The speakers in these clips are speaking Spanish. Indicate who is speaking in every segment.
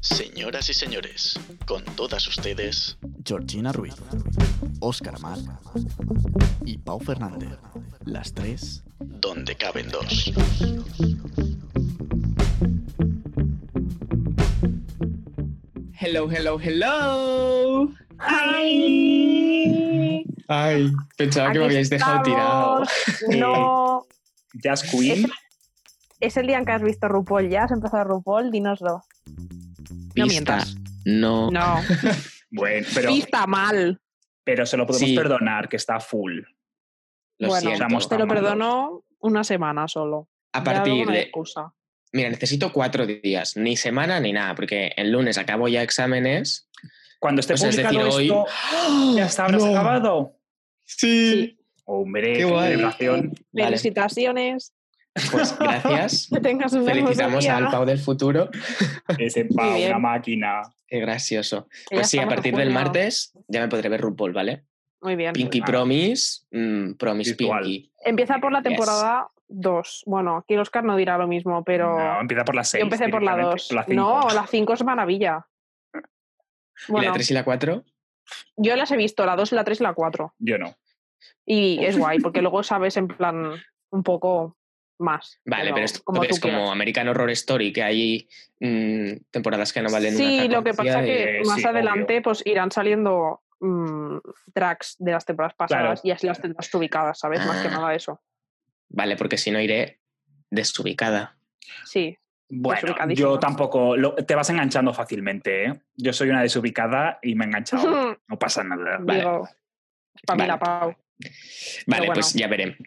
Speaker 1: Señoras y señores, con todas ustedes,
Speaker 2: Georgina Ruiz, Óscar Mar y Pau Fernández. Las tres.
Speaker 1: donde caben dos.
Speaker 3: Hello, hello, hello.
Speaker 4: ¡Ay!
Speaker 3: Ay, pensaba Ah, que me habíais dejado tirado.
Speaker 4: No,
Speaker 5: Jazz Queen.
Speaker 4: es el día en que has visto RuPaul ya, has empezado RuPaul, dinoslo.
Speaker 6: No mientas.
Speaker 3: No.
Speaker 6: No,
Speaker 5: Bueno, pero,
Speaker 6: sí está mal.
Speaker 5: pero se lo podemos
Speaker 3: Sí.
Speaker 5: perdonar, que está full.
Speaker 3: Lo
Speaker 6: Bueno,
Speaker 3: siento.
Speaker 5: estamos
Speaker 6: Te lo
Speaker 5: Está mal.
Speaker 6: perdono una semana solo.
Speaker 3: A
Speaker 6: Ya luego
Speaker 3: partir
Speaker 6: no hay
Speaker 3: de.
Speaker 6: excusa.
Speaker 3: Mira, necesito cuatro días, ni semana ni nada, porque el lunes acabo ya exámenes.
Speaker 5: Cuando esté
Speaker 3: O sea, es
Speaker 5: publicado
Speaker 3: decir, hoy- ¡Ah!
Speaker 5: esto, ya está, habrás
Speaker 3: No.
Speaker 5: acabado.
Speaker 3: Sí.
Speaker 5: Hombre,
Speaker 3: Qué
Speaker 5: qué
Speaker 3: guay.
Speaker 5: celebración.
Speaker 3: Vale,
Speaker 6: Felicitaciones.
Speaker 3: pues gracias.
Speaker 6: Que tengas un buen
Speaker 3: Felicitamos
Speaker 6: día.
Speaker 3: al Pau del futuro.
Speaker 5: Ese pa,
Speaker 6: Muy bien.
Speaker 5: una máquina.
Speaker 3: Qué gracioso.
Speaker 6: Que ya
Speaker 3: Pues sí, a
Speaker 6: estamos en
Speaker 3: partir del
Speaker 6: junio.
Speaker 3: martes ya me podré ver RuPaul, ¿vale?
Speaker 6: Muy bien. pues
Speaker 3: Pinky
Speaker 5: Ah.
Speaker 3: Promise, mm, Promise
Speaker 5: Virtual.
Speaker 3: Pinky.
Speaker 6: Empieza por la
Speaker 3: Yes.
Speaker 6: temporada 2. Bueno, aquí el Oscar no dirá lo mismo, pero
Speaker 5: No, empieza por la 6.
Speaker 6: yo empecé por la 2. No, la 5 es maravilla.
Speaker 3: ¿Y
Speaker 6: Bueno,
Speaker 3: la 3 y la 4?
Speaker 6: yo las he visto, la 2, la 3 y la 4.
Speaker 5: Yo no.
Speaker 6: Y es guay, porque luego sabes en plan un poco más.
Speaker 3: Vale, pero, esto
Speaker 6: como
Speaker 3: es
Speaker 6: tú quieras.
Speaker 3: como American Horror Story, que hay mm, temporadas que no valen una
Speaker 6: Sí, lo que
Speaker 3: cacahucia
Speaker 6: pasa
Speaker 3: y-
Speaker 6: que
Speaker 5: de-
Speaker 6: más
Speaker 5: sí,
Speaker 6: adelante pues irán saliendo mm, tracks de las temporadas pasadas
Speaker 5: Claro.
Speaker 6: y así las tendrás ubicadas, ¿sabes? Más que
Speaker 3: Ah.
Speaker 6: nada eso.
Speaker 3: Vale, porque si no iré desubicada.
Speaker 6: Sí.
Speaker 5: Bueno,
Speaker 6: Desubicadísima.
Speaker 5: yo tampoco. lo- te vas enganchando fácilmente, ¿eh? Yo soy una desubicada y me he
Speaker 3: Ah,
Speaker 5: enganchado.
Speaker 6: Digo,
Speaker 5: No pasa nada.
Speaker 6: para mí
Speaker 3: Vale.
Speaker 6: la Pau.
Speaker 3: Vale,
Speaker 6: Pero
Speaker 3: pues
Speaker 6: bueno.
Speaker 3: ya veré.
Speaker 6: Grupo,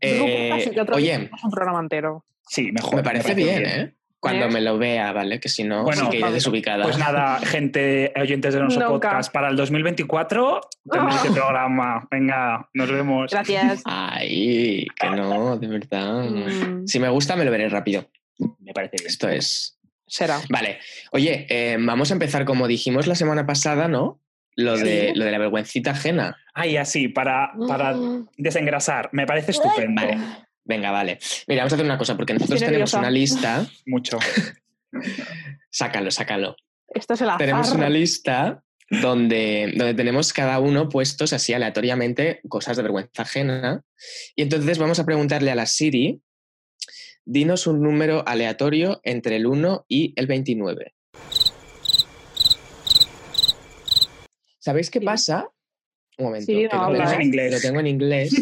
Speaker 3: Eh,
Speaker 6: así que otro
Speaker 3: oye,
Speaker 6: día hacemos un programa entero.
Speaker 5: Sí, mejor.
Speaker 3: me parece bien, ¿eh? Cuando
Speaker 6: ¿Eh?
Speaker 3: me lo vea, ¿vale? Que si no,
Speaker 5: Bueno,
Speaker 3: sí que iré
Speaker 6: vale.
Speaker 3: desubicada.
Speaker 5: Pues nada, gente, oyentes de nuestro
Speaker 6: Nunca.
Speaker 5: podcast, para el 2024 tenemos este programa. Venga, nos
Speaker 3: Pues
Speaker 5: vemos.
Speaker 6: Gracias.
Speaker 3: Ay, que no, de verdad.
Speaker 6: Mm,
Speaker 3: Si me gusta, me lo veré rápido.
Speaker 5: Me parece bien.
Speaker 3: Esto es.
Speaker 6: Será.
Speaker 3: Vale. Oye, eh, vamos a empezar como dijimos la semana pasada, ¿no? Lo de,
Speaker 6: Sí.
Speaker 3: lo de la vergüencita ajena.
Speaker 5: Ay, así, para, para
Speaker 6: Mm,
Speaker 5: desengrasar. Me parece estupendo.
Speaker 3: Vale. Venga, vale. Mira, vamos a hacer una cosa, porque nosotros
Speaker 6: Estoy
Speaker 3: tenemos
Speaker 6: nerviosa.
Speaker 3: una lista.
Speaker 5: Mucho.
Speaker 3: Sácalo, sácalo.
Speaker 6: Esto es el azar.
Speaker 3: Tenemos una lista donde, donde tenemos cada uno puestos así aleatoriamente cosas de vergüenza ajena. Y entonces vamos a preguntarle a la Siri, dinos un número aleatorio entre el 1 y el 29. ¿Sabéis qué
Speaker 6: Sí.
Speaker 3: pasa? Un momento,
Speaker 6: Siri no
Speaker 3: que lo
Speaker 6: habla,
Speaker 3: tengo-
Speaker 6: ¿eh?
Speaker 5: En inglés.
Speaker 3: Lo tengo en inglés.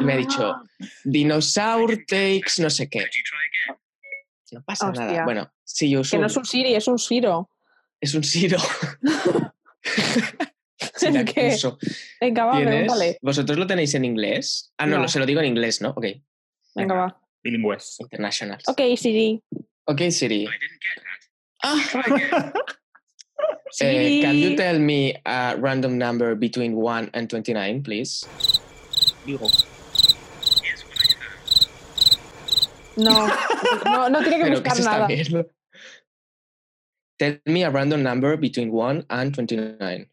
Speaker 3: y me ha dicho, dinosaur takes no sé qué. No pasa nada.
Speaker 6: Hostia.
Speaker 3: Bueno, si yo
Speaker 6: Que no es un Siri, es un Siro.
Speaker 3: es un Siro. Sí, la
Speaker 6: ¿El qué?
Speaker 3: acuso.
Speaker 6: Venga, va,
Speaker 3: ¿Tienes-
Speaker 6: pregúntale.
Speaker 3: ¿Vosotros lo tenéis en inglés? Ah, no,
Speaker 6: No.
Speaker 3: lo- se lo digo en inglés, ¿no? Ok,
Speaker 6: Venga, va.
Speaker 5: Bilingües.
Speaker 3: international.
Speaker 6: Ok, Siri.
Speaker 3: Ok, Siri. Ah,
Speaker 6: Siri.
Speaker 3: Eh, can you tell me a random number between 1 and 29, please?
Speaker 5: Digo.
Speaker 6: No, no, no tiene que
Speaker 3: Pero que
Speaker 6: buscar
Speaker 3: es esta
Speaker 6: nada.
Speaker 3: mierda? Tell me a random number between 1 and 29.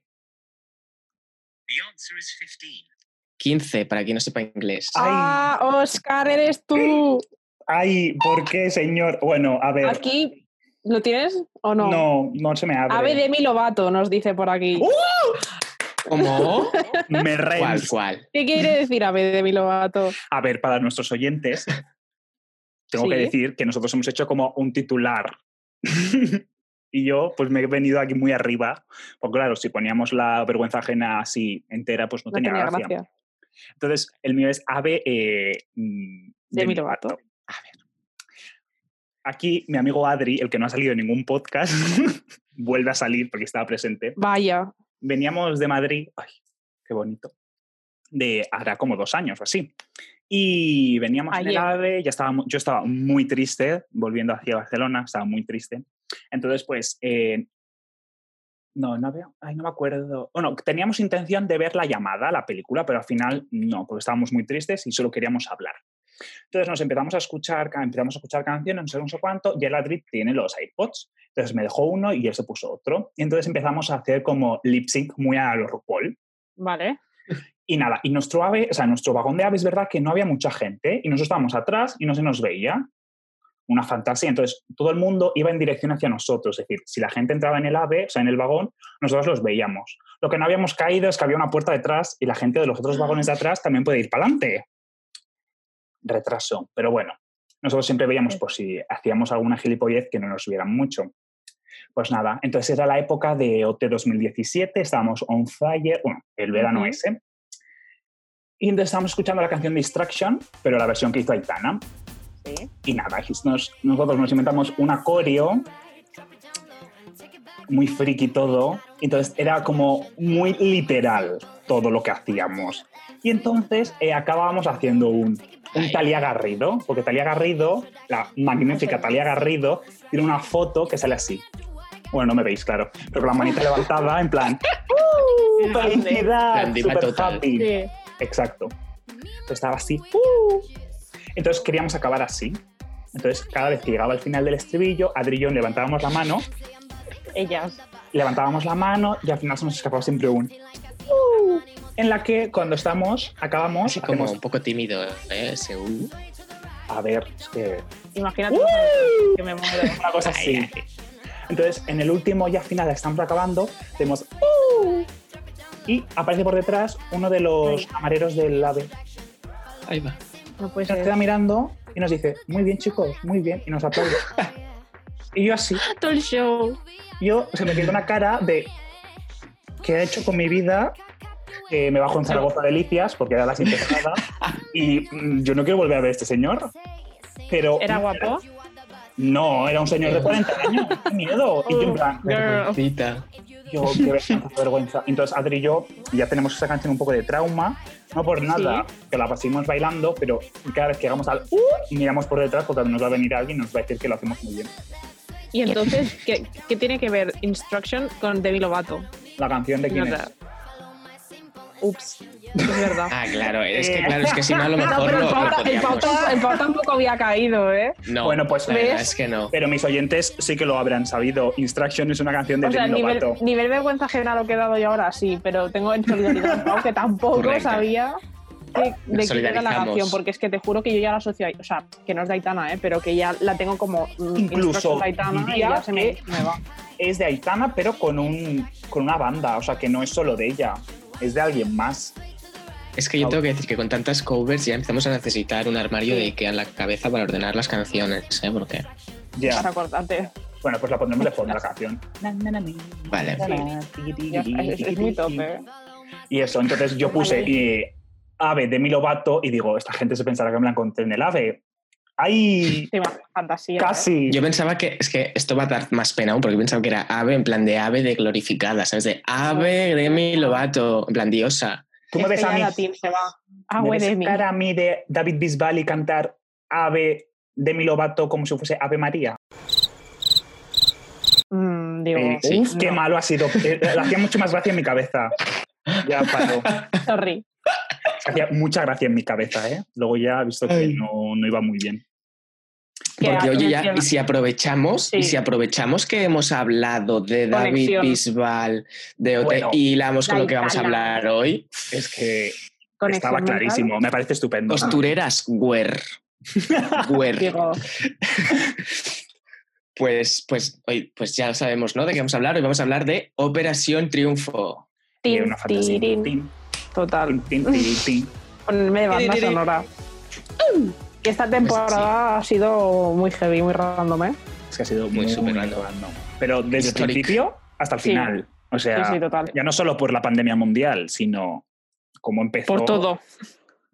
Speaker 3: 15, para quien no sepa inglés.
Speaker 5: Ay.
Speaker 6: Ah, Oscar, eres tú.
Speaker 5: Ay, ¿por qué, señor? Bueno, a ver.
Speaker 6: Aquí, ¿lo tienes o Eh, no? ¿eh?
Speaker 5: no. no, se me abre.
Speaker 6: Ave de mi Lobato nos dice por aquí.
Speaker 5: ¡Uh!
Speaker 3: ¿Cómo?
Speaker 5: Me reís.
Speaker 3: ¿Cuál, cuál?
Speaker 6: ¿Qué quiere decir Ave de mi Lobato?
Speaker 5: A ver, para nuestros oyentes, tengo que
Speaker 6: Sí.
Speaker 5: decir que nosotros hemos hecho como un titular. y yo, pues me he venido aquí muy arriba. Porque, claro, si poníamos la vergüenza ajena así entera, pues no,
Speaker 6: No tenía gracia.
Speaker 5: Entonces, el mío es ave eh, mm,
Speaker 6: De
Speaker 5: Demi
Speaker 6: mi Lovato.
Speaker 5: A ver. Aquí mi amigo Adri, el que no ha salido en ningún podcast, vuelve a salir porque estaba presente.
Speaker 6: Vaya,
Speaker 5: Veníamos de Madrid, ay, qué bonito, de hará como dos años o así. Y veníamos en el
Speaker 6: Ayer.
Speaker 5: AVE, ya estaba, mu- yo estaba muy triste, volviendo hacia Barcelona, estaba muy triste. Entonces, pues, eh, no, no veo, ay, no me acuerdo. Bueno, teníamos intención de ver la llamada, la película, pero al final no, porque estábamos muy tristes y solo queríamos hablar. Entonces nos empezamos a escuchar, ca- empezamos a escuchar canciones, no sé, no sé cuánto, y el Adri tiene los iPods. Entonces me dejó uno y él se puso otro. Y entonces empezamos a hacer como lip sync muy a lo RuPaul.
Speaker 6: vale.
Speaker 5: Y nada, y nuestro ave, o sea, nuestro vagón de ave es verdad que no había mucha gente y nosotros estábamos atrás y no se nos veía. una fantasía. Entonces, todo el mundo iba en dirección hacia nosotros. Es decir, si la gente entraba en el AVE, o sea, en el vagón, nosotros los veíamos. Lo que no habíamos caído es que había una puerta detrás y la gente de los otros vagones de atrás también puede ir para adelante. Retraso. Pero bueno, nosotros siempre veíamos por si hacíamos alguna gilipollez que no nos hubieran mucho. Pues nada, entonces era la época de OT 2017, estábamos on fire, bueno, el verano
Speaker 6: Ujú.
Speaker 5: ese. Y entonces estábamos escuchando la canción Distraction, pero la versión que hizo Aitana.
Speaker 6: Sí.
Speaker 5: Y nada, nos- nosotros nos inventamos una coreo muy friki todo. Entonces era como muy literal todo lo que hacíamos. Y entonces eh, acabábamos haciendo un, un Talía Garrido, porque Talía Garrido, la magnífica Talía Garrido, tiene una foto que sale así. Bueno, no me veis, claro, pero con la manita levantada, en plan, ¡Uh! ¡Felicidad!
Speaker 3: Plan diva
Speaker 5: super
Speaker 3: total.
Speaker 5: happy!
Speaker 6: Sí.
Speaker 5: Exacto. Entonces estaba así. ¡uh! Entonces queríamos acabar así. Entonces, cada vez que llegaba al final del estribillo, Adri y yo levantábamos la mano,
Speaker 6: Ellas.
Speaker 5: levantábamos la mano y al final se nos escapaba siempre un ¡uh! en la que cuando estamos, acabamos,
Speaker 3: Así como un
Speaker 5: hacemos,
Speaker 3: poco tímido, ¿eh? Ese U.
Speaker 5: a ver, es que
Speaker 6: Imagínate que me muero.
Speaker 5: una cosa
Speaker 3: Ay,
Speaker 5: así.
Speaker 3: ay.
Speaker 5: Entonces, en el último ya final, estamos acabando, tenemos ¡uh! y aparece por detrás uno de los camareros del ave.
Speaker 3: Ahí va.
Speaker 6: No puede
Speaker 5: Se nos
Speaker 6: ser.
Speaker 5: queda mirando y nos dice, muy bien chicos, muy bien, y nos aplaude. y yo así,
Speaker 6: Todo el show.
Speaker 5: yo se me quedó una cara de qué he hecho con mi vida Eh, me bajo en Zaragoza Delicias porque era la nada y mm, yo no quiero volver a ver a este señor pero
Speaker 6: ¿Era guapo?
Speaker 5: no era un señor de 40 años qué miedo y yo
Speaker 6: Oh.
Speaker 5: en plan
Speaker 6: Girl.
Speaker 3: Vergüencita.
Speaker 5: yo qué vergüenza, qué vergüenza entonces Adri y yo ya tenemos esa canción un poco de trauma no por nada que la pasemos bailando pero cada vez que llegamos al "Uh", miramos por detrás porque nos va a venir alguien y nos va a decir que lo hacemos muy bien
Speaker 6: Y entonces, ¿qué, qué tiene que ver Instruction con Demi Lovato?
Speaker 5: la canción de quién es
Speaker 6: Nada. Ups, es verdad.
Speaker 3: Ah, claro, es que
Speaker 5: Eh.
Speaker 3: claro, es que si Ah, no a lo mejor lo,
Speaker 6: pero el
Speaker 3: lo
Speaker 6: Pau, el, Pau
Speaker 3: podíamos-
Speaker 6: tampoco, el Pau tampoco había caído, ¿eh?
Speaker 3: No,
Speaker 5: Bueno, pues,
Speaker 3: la verdad
Speaker 6: ¿ves?
Speaker 3: es que no.
Speaker 5: Pero mis oyentes sí que lo habrán sabido. Instruction es una canción de
Speaker 6: O sea,
Speaker 5: Demi
Speaker 6: nivel,
Speaker 5: Lovato.
Speaker 6: nivel vergüenza ajena lo que he dado yo ahora, sí, pero tengo en solidaridad con Pau, que tampoco
Speaker 3: Correcto.
Speaker 6: sabía de, de
Speaker 3: Nos
Speaker 6: quién era la
Speaker 3: solidarizamos.
Speaker 6: canción, porque es que te juro que yo ya la asocio, a- o sea, que no es de Aitana, ¿eh? pero que ya la tengo como mm,
Speaker 5: Incluso
Speaker 6: Instructions de Aitana y
Speaker 5: diría
Speaker 6: ya se me,
Speaker 5: que-
Speaker 6: me va.
Speaker 5: Es de Aitana, pero con, un, con una banda. O sea, que no es solo de ella. Es de alguien más.
Speaker 3: Es que yo tengo que decir que con tantas covers ya empezamos a necesitar un armario de Ikea en la cabeza para ordenar las canciones, ¿eh? Porque...
Speaker 5: Ya.
Speaker 6: Para cortarte.
Speaker 5: Bueno, pues la pondremos de fondo la canción.
Speaker 3: Vale.
Speaker 6: Ya, es, es muy top, ¿eh?
Speaker 5: Y eso, entonces yo puse eh, Ave de Milovato y digo, esta gente se pensará que me la encontré en el Ave. ¡Ay!
Speaker 6: Sí, más fantasía. ¿eh?
Speaker 5: Casi.
Speaker 3: Yo pensaba que es que esto va a dar más pena aún, porque pensaba que era ave en plan de ave de glorificada, ¿sabes? De ave, Demi, Lovato, en plan diosa.
Speaker 5: Tú me
Speaker 6: Es
Speaker 5: ves
Speaker 6: que
Speaker 5: a
Speaker 6: ya
Speaker 5: mí.
Speaker 6: latín se va. Ah,
Speaker 5: me
Speaker 6: güey,
Speaker 5: ves
Speaker 6: de mí.
Speaker 5: cara a mí de David Bisbal y cantar Ave de Milovato como si fuese Ave María.
Speaker 6: Mm, digo,
Speaker 5: Eh,
Speaker 3: Sí.
Speaker 5: Uf, qué
Speaker 6: no,
Speaker 5: malo ha sido. Eh, Le hacía mucho más gracia en mi cabeza. Ya paró.
Speaker 6: sorry.
Speaker 5: Hacía mucha gracia en mi cabeza, ¿eh? Luego ya he visto que
Speaker 3: Ay.
Speaker 5: no, no iba muy bien.
Speaker 6: Que
Speaker 3: Porque oye,
Speaker 6: hacen
Speaker 3: ya,
Speaker 6: el-
Speaker 3: y si aprovechamos, y
Speaker 6: Sí.
Speaker 3: si aprovechamos que hemos hablado de David
Speaker 6: Conexión.
Speaker 3: Bisbal de, OT
Speaker 5: Bueno.
Speaker 3: y hilamos con
Speaker 6: La
Speaker 3: lo que vamos a
Speaker 6: italiana.
Speaker 3: hablar hoy,
Speaker 5: Es que
Speaker 6: conexión
Speaker 5: estaba
Speaker 6: mental, Pues
Speaker 5: clarísimo. Me parece estupendo.
Speaker 3: costureras, güer. Güer.
Speaker 6: Digo,
Speaker 3: Pues, pues, hoy, pues ya sabemos, ¿no? De qué vamos a hablar. Hoy vamos a hablar de Operación Triunfo.
Speaker 5: Y
Speaker 6: tin,
Speaker 5: una fantasía.
Speaker 6: tirin.
Speaker 5: Tin,
Speaker 6: Total.
Speaker 5: tin, tin, tin, tin.
Speaker 6: Ponme de banda
Speaker 3: Tiri, tiri.
Speaker 6: sonora. Y esta temporada ha
Speaker 5: Pues
Speaker 6: sido muy heavy, muy random, ¿eh?
Speaker 5: Es que ha sido
Speaker 3: Muy
Speaker 5: muy,
Speaker 3: super
Speaker 5: muy
Speaker 3: random.
Speaker 5: random. Pero desde el
Speaker 3: Histórico.
Speaker 5: principio hasta el
Speaker 6: Sí.
Speaker 5: final. O
Speaker 6: Sí,
Speaker 5: sea,
Speaker 6: sí, total.
Speaker 5: ya no solo por la pandemia mundial, sino cómo empezó.
Speaker 6: Por todo.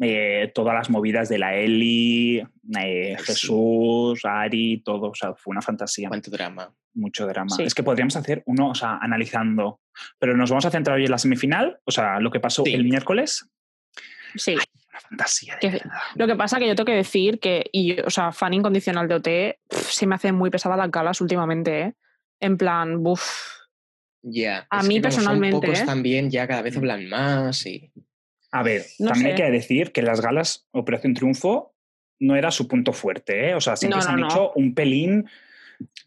Speaker 5: eh, todas las movidas de la Eli, eh,
Speaker 3: Sí.
Speaker 5: Jesús, Ari, todo. O sea, fue una fantasía.
Speaker 3: ¿Cuánto drama?
Speaker 5: mucho drama.
Speaker 6: Sí.
Speaker 5: Es que podríamos hacer uno, o sea, analizando. Pero nos vamos a centrar hoy en la semifinal, o sea, lo que pasó
Speaker 3: Sí.
Speaker 5: el miércoles.
Speaker 6: Sí.
Speaker 5: Una fantasía. de
Speaker 6: Que-
Speaker 5: verdad.
Speaker 6: Lo que pasa que yo tengo que decir que, y, yo- o sea, fan incondicional de OT, pf, se me hacen muy pesadas las galas últimamente, ¿eh? En plan, buf.
Speaker 3: Ya.
Speaker 6: A
Speaker 3: Es
Speaker 6: mí
Speaker 3: que como son
Speaker 6: personalmente,
Speaker 3: pocos
Speaker 6: ¿eh?
Speaker 3: también, ya cada vez hablan más y.
Speaker 5: A ver,
Speaker 6: No sé.
Speaker 5: también hay que decir que las galas Operación Triunfo no era su punto fuerte, ¿eh? O sea, siempre
Speaker 6: No,
Speaker 5: se
Speaker 6: no,
Speaker 5: han
Speaker 6: no.
Speaker 5: hecho un pelín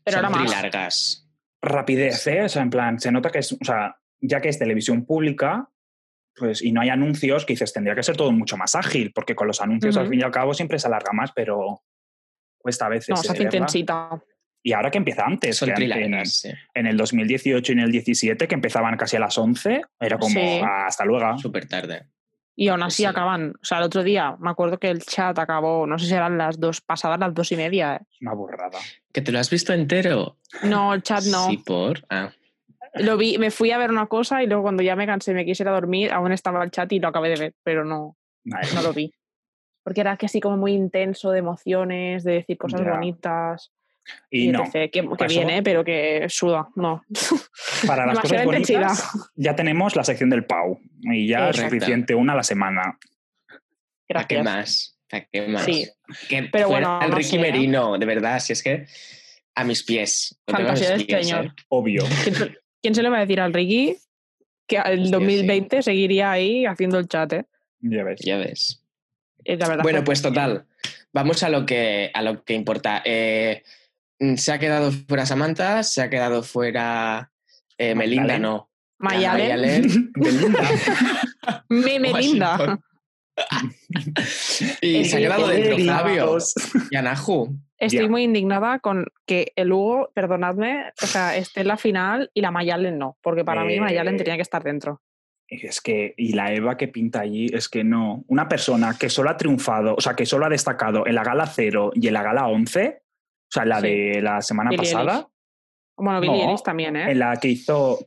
Speaker 6: Pero
Speaker 3: son
Speaker 6: ahora más.
Speaker 3: largas.
Speaker 5: rapidez, ¿eh? O sea, en plan, se nota que es, o sea, ya que es televisión pública, pues, y no hay anuncios, que dices, tendría que ser todo mucho más ágil, porque con los anuncios, al
Speaker 6: Ujú.
Speaker 5: fin y al cabo, siempre se alarga más, pero Cuesta a veces.
Speaker 6: No, se hace
Speaker 5: eh, verla.
Speaker 6: intensita.
Speaker 5: Y ahora que empieza antes.
Speaker 3: Son eh.
Speaker 5: que antes-
Speaker 3: trilateras, sí.
Speaker 5: en el 2018 y en el 17, que empezaban casi a las 11, era como
Speaker 6: Sí.
Speaker 5: "Ah, hasta luego.
Speaker 3: Súper tarde.
Speaker 6: Y aún así
Speaker 3: Sí.
Speaker 6: acaban. O sea, el otro día me acuerdo que el chat acabó, no sé si eran las dos, pasadas las dos y media. ¿eh?
Speaker 5: Una borrada.
Speaker 3: ¿Que te lo has visto entero?
Speaker 6: No, el chat no.
Speaker 3: Sí, por. Ah,
Speaker 6: Lo vi, me fui a ver una cosa y luego cuando ya me cansé, me quise ir a dormir, aún estaba el chat y lo acabé de ver, pero no,
Speaker 5: Madre
Speaker 6: no lo vi. Porque era que sí, como muy intenso de emociones, de decir cosas
Speaker 5: Ya.
Speaker 6: bonitas.
Speaker 5: Y no,
Speaker 6: etc. que, que
Speaker 5: pasó. Ah,
Speaker 6: bien, ¿eh? pero que suda, no.
Speaker 5: para las cosas
Speaker 6: Demasiada intensidad.
Speaker 5: bonitas ya tenemos la sección del Pau. Y ya es
Speaker 3: Correcto.
Speaker 5: suficiente una a la semana.
Speaker 3: ¿Para qué
Speaker 6: Gracias.
Speaker 3: más? ¿Para qué más?
Speaker 6: Sí.
Speaker 3: Que
Speaker 6: Pero
Speaker 3: fuera
Speaker 6: bueno,
Speaker 3: el
Speaker 6: no
Speaker 3: Ricky
Speaker 6: sé, ¿eh?
Speaker 3: Merino, de verdad, si es que a mis pies. Lo tengo a mis
Speaker 6: Fantasía del
Speaker 3: pies,
Speaker 6: señor.
Speaker 3: ¿eh?
Speaker 5: Obvio.
Speaker 6: ¿Quién se, quién se le va a decir al Ricky que
Speaker 3: Sí,
Speaker 6: el
Speaker 3: sí.
Speaker 6: 2020 seguiría ahí haciendo el chat? ¿eh?
Speaker 5: Ya ves.
Speaker 3: Ya ves.
Speaker 6: Eh, La verdad.
Speaker 3: Bueno,
Speaker 6: que-
Speaker 3: pues total. Vamos a lo que, a lo que importa. Eh, mm, se ha quedado fuera Samantha, se ha quedado fuera eh, Melinda,
Speaker 5: Magdalena.
Speaker 3: no.
Speaker 6: Mayalen,
Speaker 3: Mayalen, Melinda.
Speaker 6: me Melinda.
Speaker 3: Washington. y se ha quedado dentro
Speaker 5: Derivados.
Speaker 3: Flavio y Anahu.
Speaker 6: Estoy
Speaker 5: Ya.
Speaker 6: muy indignada con que el Hugo, perdonadme, o sea, esté en la final y la Mayalen no, porque para mí
Speaker 5: Eh,
Speaker 6: Mayalen tenía que estar dentro.
Speaker 5: Es que, y la Eva que pinta allí, es que no. Una persona que solo ha triunfado, o sea, que solo ha destacado en la gala 0 y en la gala 11, o sea, la
Speaker 6: Sí.
Speaker 5: de la semana
Speaker 6: Billie
Speaker 5: pasada,
Speaker 6: Eilish. Bueno, Billie
Speaker 5: No,
Speaker 6: Eilish también, ¿eh?
Speaker 5: en la que hizo.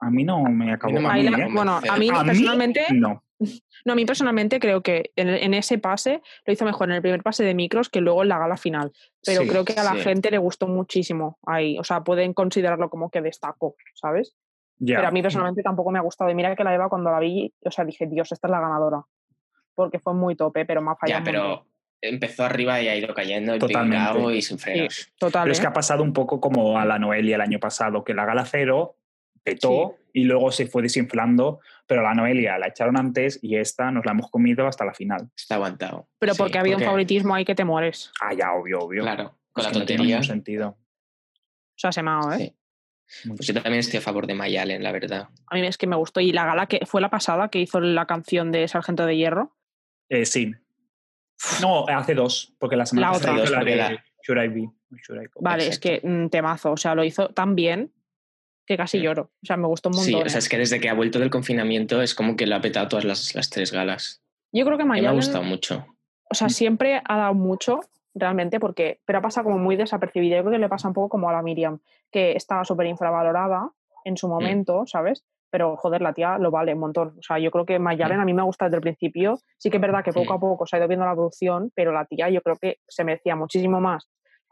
Speaker 5: A mí no me acabó.
Speaker 3: no me
Speaker 5: a
Speaker 6: Ahí
Speaker 5: mí,
Speaker 6: la-
Speaker 5: ¿eh?
Speaker 6: bueno, a mí
Speaker 5: A mí,
Speaker 6: personalmente,
Speaker 5: no.
Speaker 6: no, a mí personalmente creo que en, en ese pase lo hizo mejor en el primer pase de micros que luego en la gala final. Pero
Speaker 5: Sí,
Speaker 6: creo que a la
Speaker 3: sí.
Speaker 6: gente le gustó muchísimo ahí. O sea, pueden considerarlo como que destacó, ¿sabes?
Speaker 5: Ya.
Speaker 6: Pero a mí personalmente tampoco me ha gustado. Y mira que la Eva cuando la vi, o sea, dije, Dios, esta es la ganadora. Porque fue muy tope, pero me ha fallado.
Speaker 3: Ya,
Speaker 6: un montón.
Speaker 3: pero empezó arriba y ha ido cayendo y
Speaker 5: Totalmente.
Speaker 3: pingao y sin frenos.
Speaker 6: Total.
Speaker 5: Pero es
Speaker 6: ¿eh?
Speaker 5: que ha pasado un poco como a la Noelia el año pasado, que la gala cero petó y luego se fue desinflando, pero la Noelia la echaron antes y esta nos la hemos comido hasta la final.
Speaker 3: Está aguantado.
Speaker 6: Pero
Speaker 3: Sí,
Speaker 6: porque había un favoritismo ahí que te mueres.
Speaker 5: Ah, ya, obvio, obvio.
Speaker 3: Claro, con
Speaker 5: Es
Speaker 3: la
Speaker 5: que no tiene
Speaker 3: tontería.
Speaker 5: ningún sentido.
Speaker 6: O sea, se me ha dado, ¿eh?
Speaker 3: Sí. Pues yo también estoy a favor de Mayalen, la verdad.
Speaker 6: A mí es que me gustó. Y la gala que fue la pasada que hizo la canción de Sargento de Hierro.
Speaker 5: Eh, sí. No, hace dos, porque la semana
Speaker 6: La
Speaker 5: pasada
Speaker 6: otra.
Speaker 5: hizo la
Speaker 3: Hace dos,
Speaker 5: de Should I Be. or Should I Go?
Speaker 6: Vale, es que mm, temazo. O sea, lo hizo tan bien que casi
Speaker 3: Mm.
Speaker 6: lloro. O sea, me gustó un montón.
Speaker 3: Sí, o sea,
Speaker 6: ¿eh?
Speaker 3: es que desde que ha vuelto del confinamiento es como que lo ha petado todas las, las tres galas.
Speaker 6: Yo creo que
Speaker 3: A mí me ha
Speaker 6: Mayalen,
Speaker 3: gustado mucho.
Speaker 6: o sea, siempre ha dado mucho realmente porque, pero ha pasado como muy desapercibida. Yo creo que le pasa un poco como a la Miriam, que estaba súper infravalorada en su momento, ¿sabes? Pero joder, la tía lo vale un montón. O sea, yo creo que Mayalen a mí me ha gustado desde el principio. Sí que es verdad que poco
Speaker 3: Mm.
Speaker 6: a poco se ha ido viendo la producción, pero la tía yo creo que se merecía muchísimo más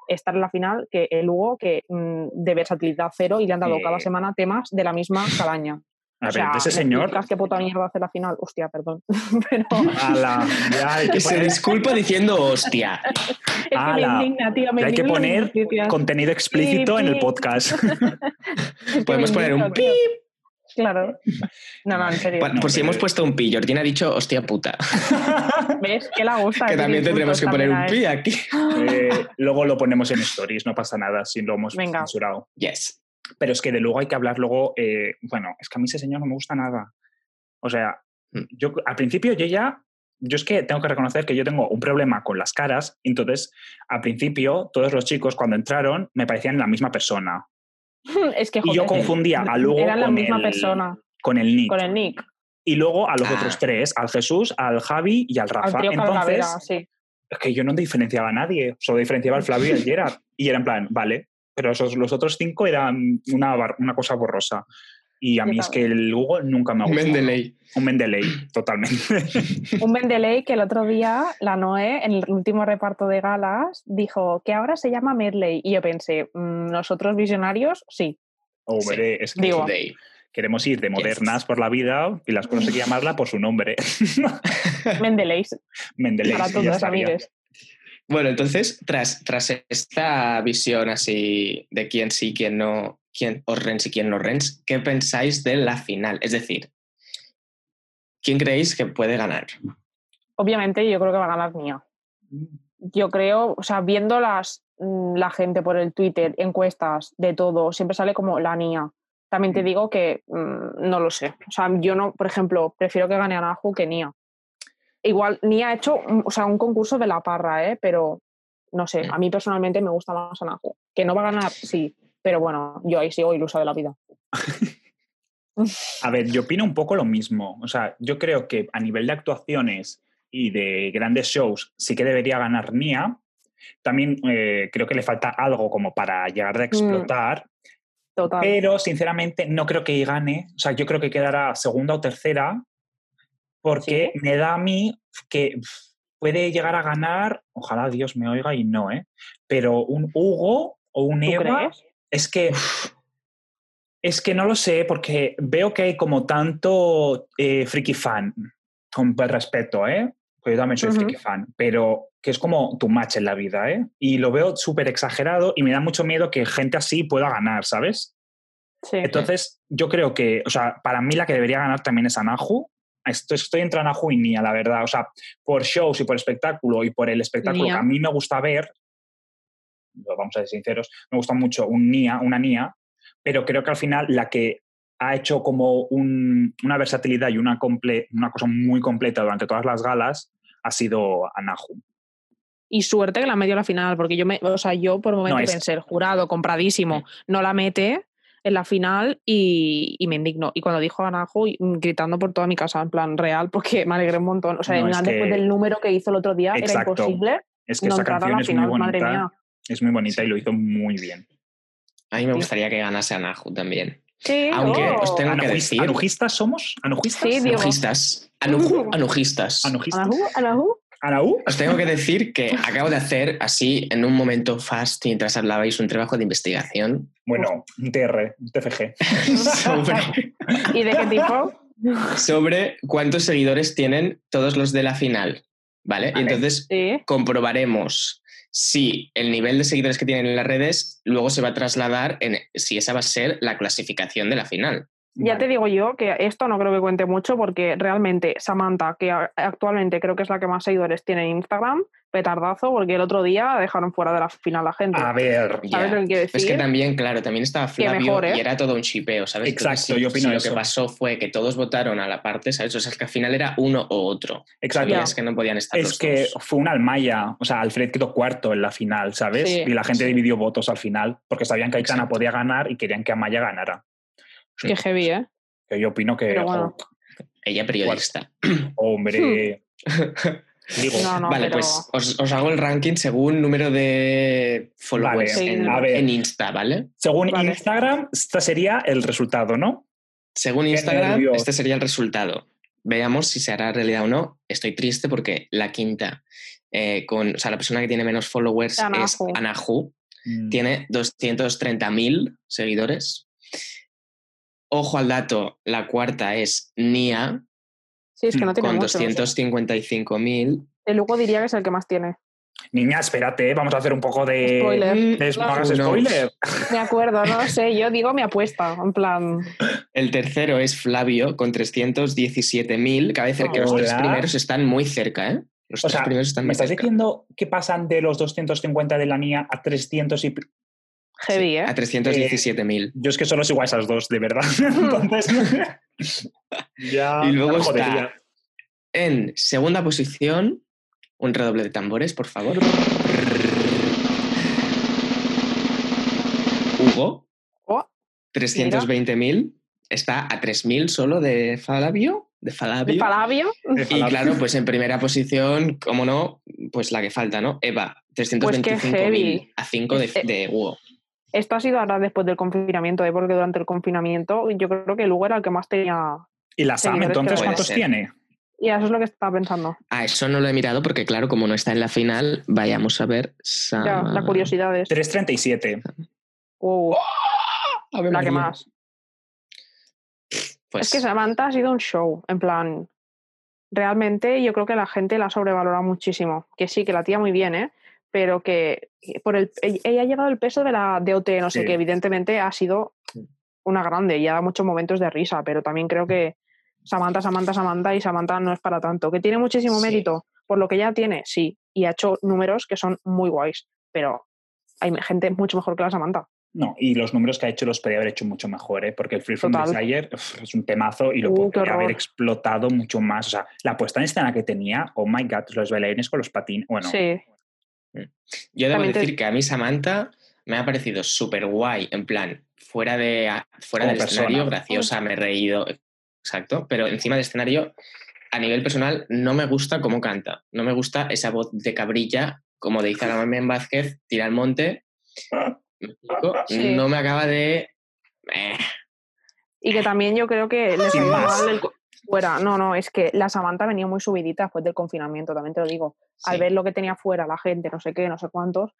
Speaker 6: estar en la final que el Hugo, que mm, de versatilidad cero y le han dado
Speaker 5: Eh.
Speaker 6: cada semana temas de la misma calaña. O
Speaker 5: A ver,
Speaker 6: sea,
Speaker 5: de ese
Speaker 6: ¿me
Speaker 5: señor
Speaker 6: explicas ¿Qué puta mierda hace la final? Hostia, perdón. pero
Speaker 5: a la. ya, hay que
Speaker 3: Que se
Speaker 5: poner
Speaker 3: disculpa diciendo hostia.
Speaker 6: Es que me
Speaker 5: Ala.
Speaker 6: indigna, tío. Me
Speaker 5: Hay que
Speaker 6: indignan las
Speaker 5: poner
Speaker 6: noticias.
Speaker 5: contenido explícito en el
Speaker 6: sí.
Speaker 5: podcast.
Speaker 6: Es que
Speaker 3: podemos
Speaker 6: me
Speaker 3: poner un
Speaker 6: indigna, tío. Claro. No, no, en serio.
Speaker 3: Pa-
Speaker 5: no,
Speaker 3: Por si hemos
Speaker 5: pero-
Speaker 3: puesto un pi, Jordan ha dicho hostia puta.
Speaker 6: ¿Ves? Que la gusta.
Speaker 3: que
Speaker 6: decir
Speaker 3: también tendremos
Speaker 6: insultos
Speaker 3: que poner un
Speaker 6: también
Speaker 3: pi aquí.
Speaker 5: Eh, luego lo ponemos en stories, no pasa nada si lo hemos
Speaker 6: Venga.
Speaker 5: censurado.
Speaker 3: Yes.
Speaker 5: Pero es que de luego hay que hablar luego. eh, bueno, es que a mí ese señor no me gusta nada. O sea,
Speaker 3: Mm.
Speaker 5: yo al principio yo ya. Yo es que tengo que reconocer que yo tengo un problema con las caras. Entonces, al principio, todos los chicos cuando entraron me parecían la misma persona.
Speaker 6: a él. Es que
Speaker 5: Y
Speaker 6: joder,
Speaker 5: yo confundía a Lugo
Speaker 6: Era la
Speaker 5: con
Speaker 6: misma
Speaker 5: el-
Speaker 6: persona,
Speaker 5: Con el nick.
Speaker 6: con el Nick.
Speaker 5: Y luego a los
Speaker 3: Ah.
Speaker 5: otros tres, al Jesús, al Javi y al
Speaker 6: Al
Speaker 5: Rafa.
Speaker 6: trío Calavera,
Speaker 5: Entonces,
Speaker 6: sí.
Speaker 5: es que yo no diferenciaba a nadie, solo diferenciaba al Flavio y al Gerard. Y era en plan, vale, pero esos, los otros cinco eran una, bar- una cosa borrosa. Y a
Speaker 6: Yo
Speaker 5: mí es que el Hugo nunca me ha gustado.
Speaker 3: Mendeley.
Speaker 5: Un Mendeley, totalmente.
Speaker 6: Un Mendeley que el otro día, la Noé, en el último reparto de galas, dijo que ahora se llama Medley. Y yo pensé, mm, nosotros visionarios, sí.
Speaker 5: Hombre, es que
Speaker 6: Digo.
Speaker 3: Today.
Speaker 5: queremos ir de modernas por la vida y las cosas hay que llamarla por su nombre.
Speaker 6: Mendeley,
Speaker 5: Mendeley.
Speaker 6: para
Speaker 5: sí, ya
Speaker 6: todos,
Speaker 5: estaría.
Speaker 6: amigues.
Speaker 3: Bueno, entonces, tras, tras esta visión así de quién sí, quién no, quién os rens y quién no rens, ¿qué pensáis de la final? Es decir, ¿quién creéis que puede ganar?
Speaker 6: Obviamente, yo creo que va a ganar Mía. yo creo, o sea, viendo las, mm, la gente por el Twitter, encuestas, de todo, siempre sale como la niña. También te digo que mm, no lo sé. O sea, yo no, por ejemplo, prefiero que gane Anahu que Nia. Igual, Nia ha hecho mm, o sea, un concurso de la parra, ¿eh? pero No sé,
Speaker 3: Mm.
Speaker 6: a mí personalmente me gusta más Anahu. Que no va a ganar, sí, pero bueno, yo ahí sigo ilusa de la vida.
Speaker 5: A ver, yo opino un poco lo mismo. O sea, yo creo que a nivel de actuaciones y de grandes shows sí que debería ganar Nia. También eh, creo que le falta algo como para llegar
Speaker 6: Mm,
Speaker 5: a explotar,
Speaker 6: Total.
Speaker 5: pero sinceramente no creo que gane. O sea, yo creo que quedará segunda o tercera porque me da a mí que pf, puede llegar a ganar, ojalá Dios me oiga y no, ¿eh? Pero un Hugo o un
Speaker 6: ¿Tú
Speaker 5: Eva
Speaker 6: crees?
Speaker 5: es que. Es que no lo sé, porque veo que hay como tanto eh, friki fan, con todo el respeto, ¿eh? Porque yo también soy
Speaker 6: Ujú.
Speaker 5: friki fan, pero que es como tu match en la vida, ¿eh? Y lo veo súper exagerado y me da mucho miedo que gente así pueda ganar, ¿sabes?
Speaker 6: Sí.
Speaker 5: Entonces, yo creo que, o sea, para mí la que debería ganar también es Anahu. Estoy, estoy entre Anahu y Nia, la verdad. O sea, por shows y por espectáculo y por el espectáculo
Speaker 6: Nia.
Speaker 5: que a mí me gusta ver, lo vamos a ser sinceros, me gusta mucho un Nia, una Nia, pero creo que al final la que ha hecho como un- una versatilidad y una, comple- una cosa muy completa durante todas las galas ha sido Anahu.
Speaker 6: Y suerte que la metió a la final, porque yo me, o sea, yo por momento
Speaker 5: es-
Speaker 6: pensé, el jurado compradísimo, no la mete en la final y, y me indigno. Y cuando dijo Anajo, y- mm, gritando por toda mi casa, en plan real, porque me alegré un montón. O sea,
Speaker 5: No,
Speaker 6: en
Speaker 5: es
Speaker 6: plan, después
Speaker 5: que-
Speaker 6: del número que hizo el otro día,
Speaker 5: Exacto.
Speaker 6: era imposible
Speaker 5: Es que
Speaker 6: no
Speaker 5: esa
Speaker 6: entrar a
Speaker 5: canción
Speaker 6: la
Speaker 5: es muy
Speaker 6: final, madre
Speaker 5: bonita,
Speaker 6: mía.
Speaker 5: es muy bonita y lo hizo muy bien.
Speaker 3: A mí me gustaría que ganase Anahu también.
Speaker 6: Sí,
Speaker 3: Aunque
Speaker 6: oh.
Speaker 3: os tengo que
Speaker 5: Anujis-
Speaker 3: decir.
Speaker 5: ¿Anujistas somos? ¿Anujistas?
Speaker 6: Sí, Diego.
Speaker 3: Anujistas. Anuju- anujistas.
Speaker 5: ¿Anujistas?
Speaker 6: Anahu, Anahu,
Speaker 5: ¿Anahu?
Speaker 3: Os tengo que decir que acabo de hacer así en un momento fast mientras hablabais un trabajo de investigación
Speaker 5: Bueno, un TR, un TFG.
Speaker 3: sobre,
Speaker 6: ¿Y de qué tipo?
Speaker 3: sobre cuántos seguidores tienen todos los de la final. ¿Vale? Y
Speaker 5: Vale.
Speaker 3: entonces
Speaker 6: Sí.
Speaker 3: comprobaremos si el nivel de seguidores que tienen en las redes luego se va a trasladar en si esa va a ser la clasificación de la final.
Speaker 6: Ya te digo yo que esto no creo que cuente mucho porque realmente Samantha, que a- actualmente creo que es la que más seguidores tiene en Instagram, petardazo, porque el otro día dejaron fuera de la final a gente.
Speaker 5: A ver,
Speaker 3: Ah, Ya.
Speaker 6: ¿Sabes lo que quiero decir?
Speaker 3: Es que también, claro, también estaba Flavio
Speaker 6: mejor, ¿eh?
Speaker 3: y era todo un chipeo, ¿sabes?
Speaker 5: Exacto,
Speaker 3: Entonces,
Speaker 5: yo
Speaker 3: si-
Speaker 5: opino
Speaker 3: si Lo
Speaker 5: eso.
Speaker 3: que pasó fue que todos votaron a la parte, ¿sabes? O sea, es que al final era uno o otro.
Speaker 5: exacto.
Speaker 3: Sabías que no podían estar
Speaker 5: Es
Speaker 3: los
Speaker 5: que
Speaker 3: dos.
Speaker 5: fue una almaya, o sea, Alfred quedó cuarto en la final, ¿sabes?
Speaker 6: Sí.
Speaker 5: y la gente
Speaker 3: Sí.
Speaker 5: dividió votos al final porque sabían que Aitana
Speaker 3: Exacto.
Speaker 5: podía ganar y querían que Amaya ganara.
Speaker 6: Qué heavy, ¿eh?
Speaker 5: Que yo opino que, oh,
Speaker 6: Pero bueno.
Speaker 3: Ella periodista.
Speaker 5: jo, hombre, digo,
Speaker 6: Hmm. No, no,
Speaker 3: vale,
Speaker 6: pero...
Speaker 3: pues os, os hago el ranking según número de followers
Speaker 6: Vale,
Speaker 3: en,
Speaker 6: a
Speaker 5: ver.
Speaker 3: en Insta, ¿vale?
Speaker 5: según
Speaker 6: Vale.
Speaker 5: Instagram, este sería el resultado, ¿no?
Speaker 3: Según
Speaker 5: Qué
Speaker 3: Instagram,
Speaker 5: nervios.
Speaker 3: este sería el resultado. Veamos si se hará realidad o no. Estoy triste porque la quinta, eh, con, o sea, la persona que tiene menos followers es
Speaker 6: Anahu.
Speaker 3: Anahu.
Speaker 5: Mm,
Speaker 3: Tiene 230.000 seguidores. Ojo al dato, la cuarta es Nia,
Speaker 6: Sí, es que no tiene
Speaker 3: con
Speaker 6: mucho. no sé.
Speaker 3: 255.000.
Speaker 6: El Lugo diría que es el que más tiene.
Speaker 5: Niña, espérate, vamos a hacer un poco de...
Speaker 6: Spoiler.
Speaker 3: Mm,
Speaker 5: de-
Speaker 6: Claro.
Speaker 5: no hagas
Speaker 3: Who knows?
Speaker 5: spoiler.
Speaker 6: Me acuerdo, no sé, yo digo mi apuesta, en plan...
Speaker 3: El tercero es Flavio, con 317.000. Cabe decir que los tres
Speaker 5: Hola.
Speaker 3: primeros están muy cerca, ¿eh? Los
Speaker 5: O
Speaker 3: tres
Speaker 5: sea,
Speaker 3: primeros están
Speaker 5: ¿Me
Speaker 3: muy
Speaker 5: estás
Speaker 3: cerca.
Speaker 5: diciendo que pasan de los 250 de la mía a 300 y
Speaker 3: Sí,
Speaker 6: Heavy, ¿eh?
Speaker 3: A 317.000.
Speaker 5: Yo es que solo sigo a esas dos, de verdad. Entonces. ya.
Speaker 3: Y luego
Speaker 5: ya
Speaker 3: está-
Speaker 5: jodería.
Speaker 3: En segunda posición, un redoble de tambores, por favor. Hugo,
Speaker 6: Oh,
Speaker 3: 320.000. Está a 3.000 solo de Flavio. De Flavio.
Speaker 6: ¿De Palavio?
Speaker 3: Y claro, pues en primera posición, como no, pues la que falta, ¿no? Eva, 325.000
Speaker 6: Pues heavy.
Speaker 3: a 5 de,
Speaker 6: Eh,
Speaker 3: de Hugo.
Speaker 6: Esto ha sido ahora después del confinamiento, ¿eh? porque durante el confinamiento yo creo que Lugo era el que más tenía...
Speaker 5: ¿Y la Sam,
Speaker 6: Seguidores que
Speaker 5: entonces,
Speaker 6: no
Speaker 3: puede
Speaker 5: cuántos
Speaker 3: ser.
Speaker 5: tiene?
Speaker 6: Y eso es lo que estaba pensando.
Speaker 3: Ah, eso no lo he mirado porque, claro, como no está en la final, vayamos a ver. Sam-
Speaker 6: Ya, la curiosidad es...
Speaker 5: 337.
Speaker 6: wow,
Speaker 3: Ave
Speaker 6: la que
Speaker 3: María.
Speaker 6: más.
Speaker 3: Pues,
Speaker 6: Es que Samantha ha sido un show, en plan. Realmente yo creo que la gente la sobrevalora muchísimo. Que sí, que la tía muy bien, ¿eh? Pero que eh, por el, ella ella ha llevado el peso de la DOT, no sé,
Speaker 5: Sí.
Speaker 6: que evidentemente ha sido una grande y ha dado muchos momentos de risa, pero también creo que Samantha, Samantha, Samantha y Samantha no es para tanto. Que tiene muchísimo
Speaker 3: Sí.
Speaker 6: mérito por lo que ya tiene, sí, y ha hecho números que son muy guays, pero hay gente mucho mejor que la Samantha.
Speaker 5: No, y los números que ha hecho los podría haber hecho mucho mejor, ¿eh? porque el Free From
Speaker 6: Total.
Speaker 5: Desire uf, es un temazo y lo
Speaker 6: Uh, qué
Speaker 5: podría haber
Speaker 6: horror.
Speaker 5: explotado mucho más. O sea, la puesta en escena que tenía, oh my god, los bailarines con los patines. Bueno,
Speaker 6: sí,
Speaker 3: Yo debo
Speaker 6: También te-
Speaker 3: decir que a mí Samantha me ha parecido súper guay, en plan, fuera, de, a- fuera
Speaker 5: Como
Speaker 3: del
Speaker 5: persona.
Speaker 3: escenario, graciosa, me he reído, exacto, pero encima del escenario, a nivel personal, no me gusta cómo canta, no me gusta esa voz de cabrilla, como de Izara Mamen Vázquez, tira al monte, ¿me explico?
Speaker 6: Sí.
Speaker 3: no me acaba de... eh,
Speaker 6: Y que también yo creo que les
Speaker 5: Sin
Speaker 6: ha ido
Speaker 5: más.
Speaker 6: mal el co- fuera. No, no, es que la Samantha venía muy subidita después del confinamiento, también te lo digo. Al
Speaker 3: sí.
Speaker 6: ver lo que tenía fuera, la gente, no sé qué, no sé cuántos,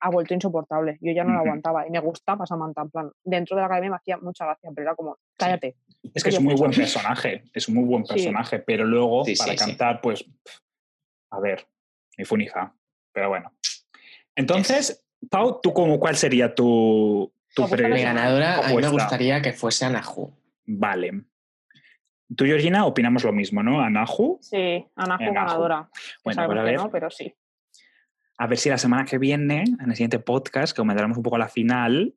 Speaker 6: ha vuelto insoportable. Yo ya no la
Speaker 5: Ujú.
Speaker 6: aguantaba y me gustaba Samantha, en plan, dentro de la academia me hacía mucha gracia, pero era como, cállate.
Speaker 5: Es que
Speaker 6: pues Yo
Speaker 5: es muy
Speaker 6: escucho.
Speaker 5: buen personaje, es un muy buen
Speaker 6: Sí.
Speaker 5: personaje, pero luego
Speaker 3: Sí,
Speaker 5: para
Speaker 3: sí, sí.
Speaker 5: cantar, pues, pf, a ver, ni fu ni fa, pero bueno. Entonces, Pau, ¿tú como cuál sería tu, tu
Speaker 6: Apuesta
Speaker 5: pre-
Speaker 3: Mi ganadora, a mí me
Speaker 5: apuesta?
Speaker 3: gustaría que fuese Anahu.
Speaker 5: Vale. Tú, Georgina, opinamos lo mismo, ¿no? Anahu.
Speaker 6: Sí, Anajo
Speaker 5: Venga, Ju.
Speaker 6: ganadora. Sabemos
Speaker 5: Bueno, pues a
Speaker 6: que
Speaker 5: ver.
Speaker 6: no, pero sí.
Speaker 5: A ver si la semana que viene, en el siguiente podcast, que aumentaremos un poco la final,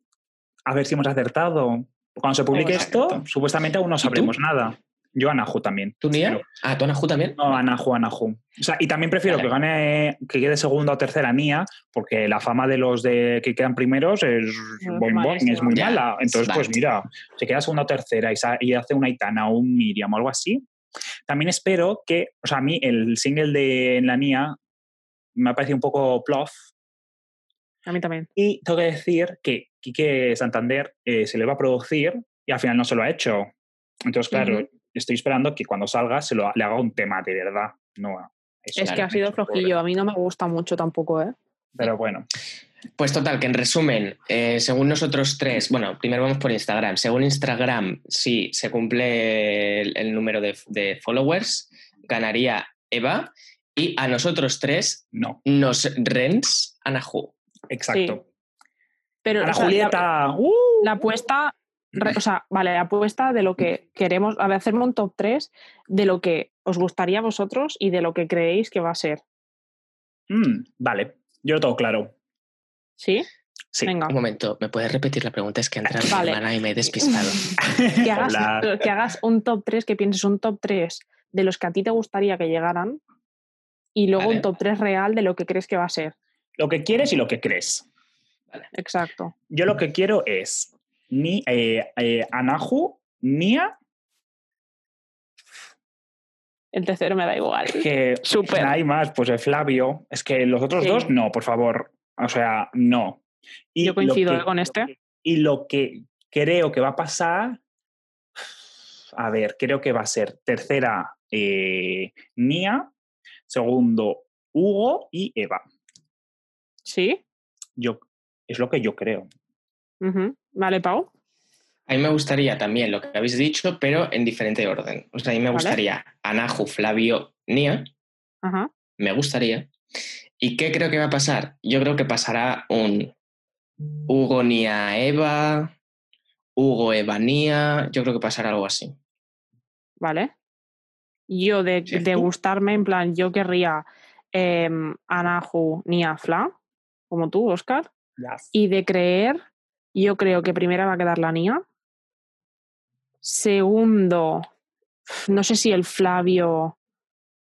Speaker 5: a ver si hemos acertado. Cuando se publique esto,
Speaker 3: Exacto.
Speaker 5: supuestamente aún no
Speaker 3: tú?
Speaker 5: sabremos nada. Yo Anahu también.
Speaker 3: ¿Tú, Nia?
Speaker 5: Pero-
Speaker 3: Ah, ¿tú Anahu también?
Speaker 5: No, Anahu, Anahu. O sea, y también prefiero
Speaker 3: Vale.
Speaker 5: que gane, que quede segunda o tercera Nia, porque la fama de los de que quedan primeros es
Speaker 6: No, es
Speaker 5: boing, boing,
Speaker 6: malísima.
Speaker 5: es muy
Speaker 3: Ya,
Speaker 5: mala. Entonces,
Speaker 3: vale.
Speaker 5: pues mira, se queda segunda o tercera y, sa- y hace una Itana o un Miriam o algo así. También espero que, o sea, a mí el single de la Nia me ha parecido un poco plof,
Speaker 6: A mí también.
Speaker 5: y tengo que decir que Quique Santander eh, se le va a producir y al final no se lo ha hecho. Entonces, claro,
Speaker 6: Ujú.
Speaker 5: estoy esperando que cuando salga se lo, ha- le haga un tema de verdad. No, eso
Speaker 6: Es
Speaker 5: no
Speaker 6: que
Speaker 5: lo
Speaker 6: ha
Speaker 5: han
Speaker 6: sido
Speaker 5: hecho, pobre.
Speaker 6: flojillo, a mí no me gusta mucho tampoco, ¿eh?
Speaker 5: Pero bueno,
Speaker 3: Pues total, que en resumen, eh, según nosotros tres, bueno, primero vamos por Instagram. Según Instagram, si se cumple el, el número de, de followers, ganaría Eva. Y a nosotros tres
Speaker 5: no,
Speaker 3: nos rents Anahu.
Speaker 5: exacto.
Speaker 6: Pero
Speaker 5: Ana
Speaker 6: o sea,
Speaker 5: Julieta, ¡uh!
Speaker 6: la apuesta, re- o sea, vale, la apuesta de lo que queremos, a ver, hacerme un top 3 de lo que os gustaría a vosotros y de lo que creéis que va a ser.
Speaker 5: Mm, vale, yo lo tengo claro.
Speaker 6: ¿Sí?
Speaker 5: Sí.
Speaker 6: Venga.
Speaker 3: Un momento, ¿me puedes repetir la pregunta? Es que entra mi
Speaker 6: Vale.
Speaker 3: hermana y me he despistado.
Speaker 6: Que hagas,
Speaker 5: Hola.
Speaker 6: que hagas un top 3, que pienses un top 3 de los que a ti te gustaría que llegaran y luego
Speaker 3: Vale.
Speaker 6: un top 3 real de lo que crees que va a ser.
Speaker 5: Lo que quieres y lo que crees.
Speaker 6: Exacto.
Speaker 5: Yo lo que quiero es ni eh, eh, Anahu, Nia,
Speaker 6: El tercero me da igual.
Speaker 5: que
Speaker 6: Súper.
Speaker 5: hay más, pues el Flavio. Es que los otros
Speaker 6: Sí.
Speaker 5: dos, no, por favor. O sea, no. Y
Speaker 6: Yo coincido,
Speaker 5: lo que-
Speaker 6: ¿eh, con este?
Speaker 5: Y lo que creo que va a pasar, a ver, creo que va a ser tercera eh, Nia, segundo Hugo y Eva.
Speaker 6: ¿Sí?
Speaker 5: Yo, es lo que yo creo.
Speaker 6: Ujú. Vale, Pau.
Speaker 3: A mí me gustaría también lo que habéis dicho, pero en diferente orden. O sea, a mí me
Speaker 6: Vale.
Speaker 3: gustaría Anahu, Flavio, Nia.
Speaker 6: Ajá.
Speaker 3: Me gustaría. ¿Y qué creo que va a pasar? Yo creo que pasará un Hugo Nia Eva, Hugo Eva Nia. Yo creo que pasará algo así.
Speaker 6: ¿vale? Yo de,
Speaker 3: Sí.
Speaker 6: de gustarme, en plan, yo querría em, Anahu ni Afla, como tú, Oscar, y de creer, yo creo que primera va a quedar la Nia. Segundo, no sé si el Flavio,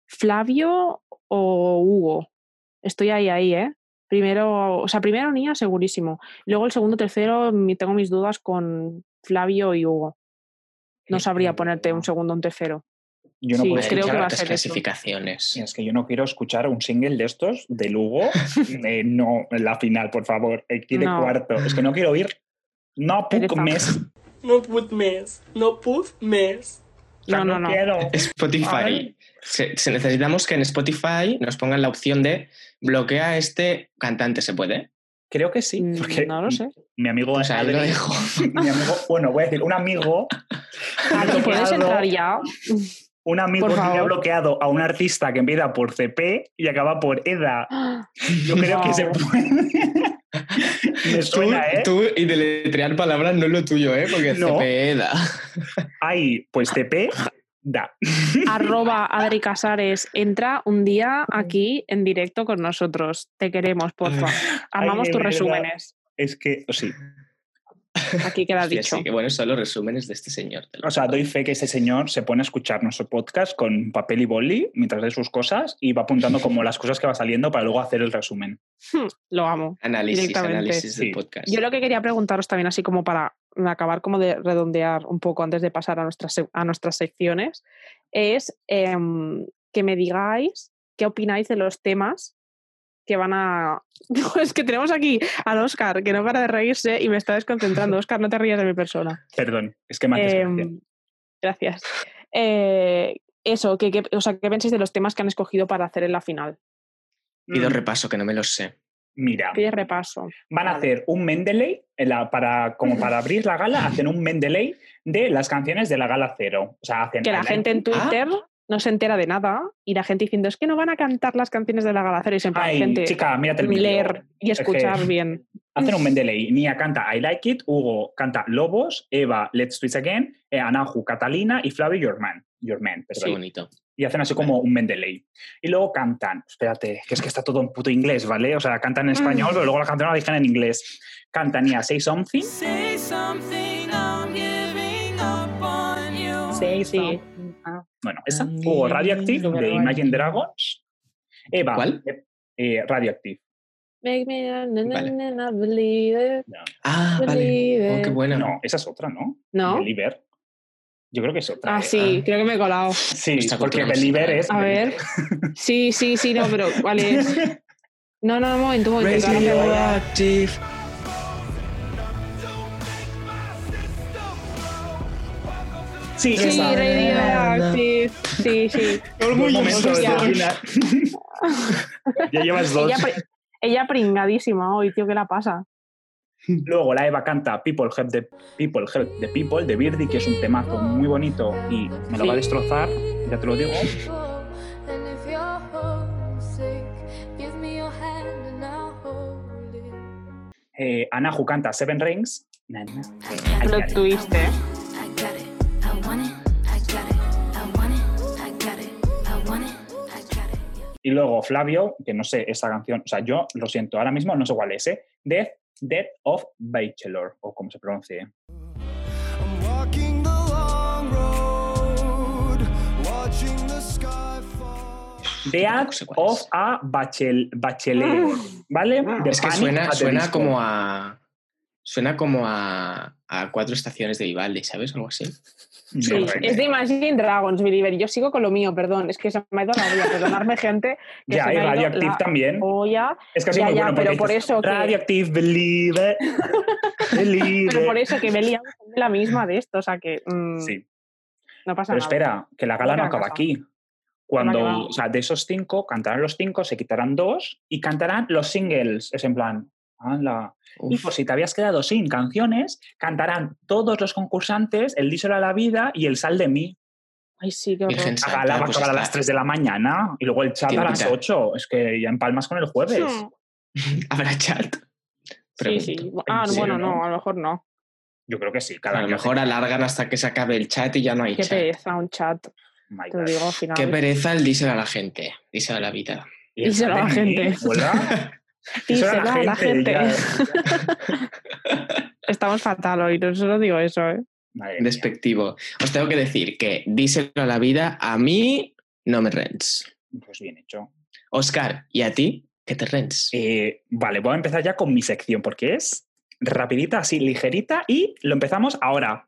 Speaker 6: Flavio o Hugo. Estoy ahí, ahí, ¿eh? Primero, o sea, primero Nia, segurísimo. Luego el segundo, tercero, mi- tengo mis dudas con Flavio y Hugo. No sabría ponerte un segundo, un tercero.
Speaker 5: Yo no
Speaker 6: Sí,
Speaker 5: puedo
Speaker 3: Madre
Speaker 6: creo
Speaker 3: mía,
Speaker 6: que
Speaker 5: escuchar-
Speaker 6: va a
Speaker 3: cuántas
Speaker 6: ser eso.
Speaker 3: clasificaciones.
Speaker 5: Es que yo no quiero escuchar un single de estos de Lugo. eh, no, en la final, por favor. Aquí de
Speaker 6: No.
Speaker 5: cuarto. Es que no quiero oír. No, puc
Speaker 6: Eres fan.
Speaker 5: mes.
Speaker 7: No put mes. No put mes.
Speaker 5: O sea,
Speaker 6: No, no, no.
Speaker 5: quiero.
Speaker 3: Spotify.
Speaker 5: Vale.
Speaker 3: Se, se necesitamos que en Spotify nos pongan la opción de bloquea a este cantante, ¿se puede?
Speaker 5: Creo que sí.
Speaker 6: Mm,
Speaker 5: Porque
Speaker 6: No lo sé.
Speaker 5: Mi amigo
Speaker 3: O sea, yo lo
Speaker 5: Adri-
Speaker 3: dejo.
Speaker 5: mi amigo, bueno, voy a decir, un amigo,
Speaker 6: Adri, ¿puedes
Speaker 5: bloqueado.
Speaker 6: entrar ya?
Speaker 5: un amigo
Speaker 6: Por
Speaker 5: tiene
Speaker 6: favor.
Speaker 5: bloqueado a un artista que empieza por CP y acaba por EDA. Yo creo que se
Speaker 6: Wow.
Speaker 5: puede. Me suena, ¿eh?
Speaker 3: tú, tú y deletrear palabras no es lo tuyo, ¿eh? Porque
Speaker 5: No.
Speaker 3: CPEDA.
Speaker 5: Ay, pues CP, da.
Speaker 6: Arroba Adri Casares, entra un día aquí en directo con nosotros. Te queremos, porfa. Amamos
Speaker 5: de
Speaker 6: tus
Speaker 5: verdad.
Speaker 6: resúmenes.
Speaker 5: Es que, sí.
Speaker 6: Aquí queda
Speaker 3: Hostia,
Speaker 6: dicho.
Speaker 3: sí, que bueno, son los resúmenes de este señor. te lo
Speaker 5: O sea,
Speaker 3: juro.
Speaker 5: doy fe que ese señor se pone a escuchar nuestro podcast con papel y boli mientras lee sus cosas y va apuntando como las cosas que va saliendo para luego hacer el resumen.
Speaker 6: Lo amo.
Speaker 3: Análisis,
Speaker 6: directamente.
Speaker 3: análisis
Speaker 5: Sí.
Speaker 3: del podcast.
Speaker 6: Yo lo que quería preguntaros también, así como para acabar como de redondear un poco antes de pasar a nuestras, sec- a nuestras secciones, es em, que me digáis qué opináis de los temas que van a... es que tenemos aquí al Oscar, que no para de reírse y me está desconcentrando. Oscar, no te rías de mi persona.
Speaker 5: Perdón, es que me haces
Speaker 6: Em,
Speaker 5: gracia.
Speaker 6: gracias. Eh, eso, que, que- o sea, ¿qué pensáis de los temas que han escogido para hacer en la final?
Speaker 3: Pido
Speaker 5: Mm,
Speaker 3: repaso, que no me lo sé.
Speaker 5: Mira,
Speaker 6: Que repaso.
Speaker 5: van a
Speaker 6: vale.
Speaker 5: hacer un Mendeley, en la- para, como para abrir la gala, hacen un Mendeley de las canciones de la gala cero. O sea, hacen
Speaker 6: Que la
Speaker 5: el-
Speaker 6: gente en Twitter no se entera de nada y la gente diciendo es que no van a cantar las canciones de la gala cero", y siempre
Speaker 5: Ay,
Speaker 6: gente
Speaker 5: chica, mírate el vídeo.
Speaker 6: leer y
Speaker 5: que-
Speaker 6: escuchar bien.
Speaker 5: Hacen un Mendeley. Nia canta I Like It, Hugo canta Lobos, Eva Let's Twist Again, eh, Anahu Catalina y Flavio Your Man. Your Man,
Speaker 3: Qué
Speaker 5: perdón.
Speaker 3: bonito.
Speaker 5: Y hacen así como un Mendeley. Y luego cantan, espérate, que es que está todo en puto inglés, ¿vale? O sea, cantan en español, pero luego la canción la dejan en inglés. Cantan Nia Say Something.
Speaker 8: Say something, I'm giving up on you.
Speaker 6: Sí, sí.
Speaker 5: Bueno, esa. Hugo Radioactive de Imagine Dragons. Eva.
Speaker 3: ¿Cuál?
Speaker 5: eh, eh, Radioactive.
Speaker 6: Make me na- na-
Speaker 3: Vale.
Speaker 6: na- na- believe it,
Speaker 3: Ah, vale.
Speaker 6: believe
Speaker 3: Oh, qué
Speaker 6: it.
Speaker 3: bueno.
Speaker 5: No, esa es otra, ¿no?
Speaker 6: ¿No?
Speaker 5: Believer. Yo creo que es otra. ¿eh?
Speaker 6: Ah, sí, creo que me he colado.
Speaker 5: Sí,
Speaker 3: Nuestra
Speaker 5: porque
Speaker 3: cultura
Speaker 5: Believer
Speaker 3: musical.
Speaker 5: es.
Speaker 6: A ver. Sí, sí, sí, no, pero ¿cuál es? No, no, un momento, un momento. que ahora me voy a-
Speaker 3: Radioactive.
Speaker 5: Sí,
Speaker 6: Sí,
Speaker 5: esa.
Speaker 6: Radioactive. Sí, sí.
Speaker 5: Dos momentos
Speaker 6: ya.
Speaker 5: de opinar. ya llevas dos.
Speaker 6: Ella, pri- ella pringadísima hoy, tío, ¿qué la pasa?
Speaker 5: Luego la Eva canta People Help the People, Help the People de Birdy, que es un temazo muy bonito y me lo va
Speaker 6: Sí.
Speaker 5: a destrozar, ya te lo digo.
Speaker 8: And if you're homesick, give me your hand and I'll hold it.
Speaker 5: Eh, Anahu canta Seven Rings. Na, na. Ay,
Speaker 6: Lo
Speaker 5: ay,
Speaker 6: tuviste.
Speaker 8: I got it. I want it. I got it. I want it. I got it. I want it. I got it.
Speaker 5: Y luego Flavio, que no sé esa canción, o sea, yo lo siento, ahora mismo no sé cuál es, ¿eh? Death, Death of Bachelor, o como se pronuncie.
Speaker 9: I'm walking the long road, watching the sky fall.
Speaker 5: Death
Speaker 3: sé cuál
Speaker 5: of
Speaker 3: es.
Speaker 5: a Bachel, Bachelor, ¿vale? De
Speaker 3: Es que
Speaker 5: Panic at
Speaker 3: suena,
Speaker 5: the
Speaker 3: suena
Speaker 5: Disco.
Speaker 3: como a. Suena como a, a cuatro estaciones de Vivaldi, ¿sabes? Algo así.
Speaker 6: Sí,
Speaker 5: Correcto.
Speaker 6: es de Imagine Dragons, Believer. Yo sigo con lo mío, perdón. Es que se me ha ido la olla. Perdonadme, gente. que
Speaker 5: Ya,
Speaker 6: se me
Speaker 5: y
Speaker 6: ha ido
Speaker 5: Radioactive
Speaker 6: la
Speaker 5: también.
Speaker 6: Olla.
Speaker 5: Es que así
Speaker 6: Ya,
Speaker 5: muy
Speaker 6: ya,
Speaker 5: bueno
Speaker 6: pero
Speaker 5: porque
Speaker 6: por
Speaker 5: dices,
Speaker 6: eso que-
Speaker 5: Radioactive, believe it. Believe
Speaker 6: Pero por
Speaker 5: it".
Speaker 6: eso que me he liado con la misma de esto. O sea que mm,
Speaker 5: Sí,
Speaker 6: no pasa nada.
Speaker 5: pero espera, que la gala
Speaker 6: Vete
Speaker 5: no
Speaker 6: a
Speaker 5: acaba
Speaker 6: casa.
Speaker 5: aquí.
Speaker 6: Que va, que
Speaker 5: Cuando,
Speaker 6: va.
Speaker 5: o sea, de esos cinco, cantarán los cinco, se quitarán dos y cantarán los singles. Es en plan, ¡hala! Y
Speaker 3: Uf.
Speaker 5: por si te habías quedado sin canciones, cantarán todos los concursantes el Díselo a la vida y el Sal de mí.
Speaker 6: Ay, sí, qué horror.
Speaker 3: Virgen
Speaker 5: La
Speaker 3: Santa,
Speaker 5: gala va a
Speaker 3: pues
Speaker 5: acabar a
Speaker 3: está.
Speaker 5: las 3 de la mañana y luego el chat
Speaker 3: Tiene
Speaker 5: a las
Speaker 3: pinta.
Speaker 5: 8. Es que ya empalmas con el jueves.
Speaker 6: Hmm,
Speaker 3: Habrá chat.
Speaker 6: Sí,
Speaker 3: Pregunto.
Speaker 6: sí. Ah,
Speaker 5: ¿En serio,
Speaker 6: bueno,
Speaker 5: no?
Speaker 6: no, a lo mejor no.
Speaker 5: Yo creo que sí. Cada
Speaker 3: A lo
Speaker 5: año
Speaker 3: mejor alargan hasta que se acabe el chat y ya no hay
Speaker 6: Qué
Speaker 3: chat.
Speaker 6: pereza un chat,
Speaker 5: hace- My
Speaker 6: te lo
Speaker 5: God.
Speaker 6: digo al final.
Speaker 3: Qué pereza el díselo a la gente. Díselo a la vida.
Speaker 5: Y el
Speaker 6: Díselo
Speaker 5: Sal
Speaker 6: a la
Speaker 5: de mí,
Speaker 6: gente.
Speaker 5: hola. Díselo
Speaker 6: Díselo a la gente.
Speaker 5: ya.
Speaker 6: Estamos fatal hoy, no solo digo eso, ¿eh?
Speaker 5: Madre mía.
Speaker 3: Despectivo. Os tengo que decir que díselo a la vida, a mí no me rents.
Speaker 5: Pues bien hecho.
Speaker 3: Oscar, ¿y a ti? ¿Qué te rents?
Speaker 5: Eh, vale, voy a empezar ya con mi sección porque es rapidita, así ligerita y lo empezamos ahora.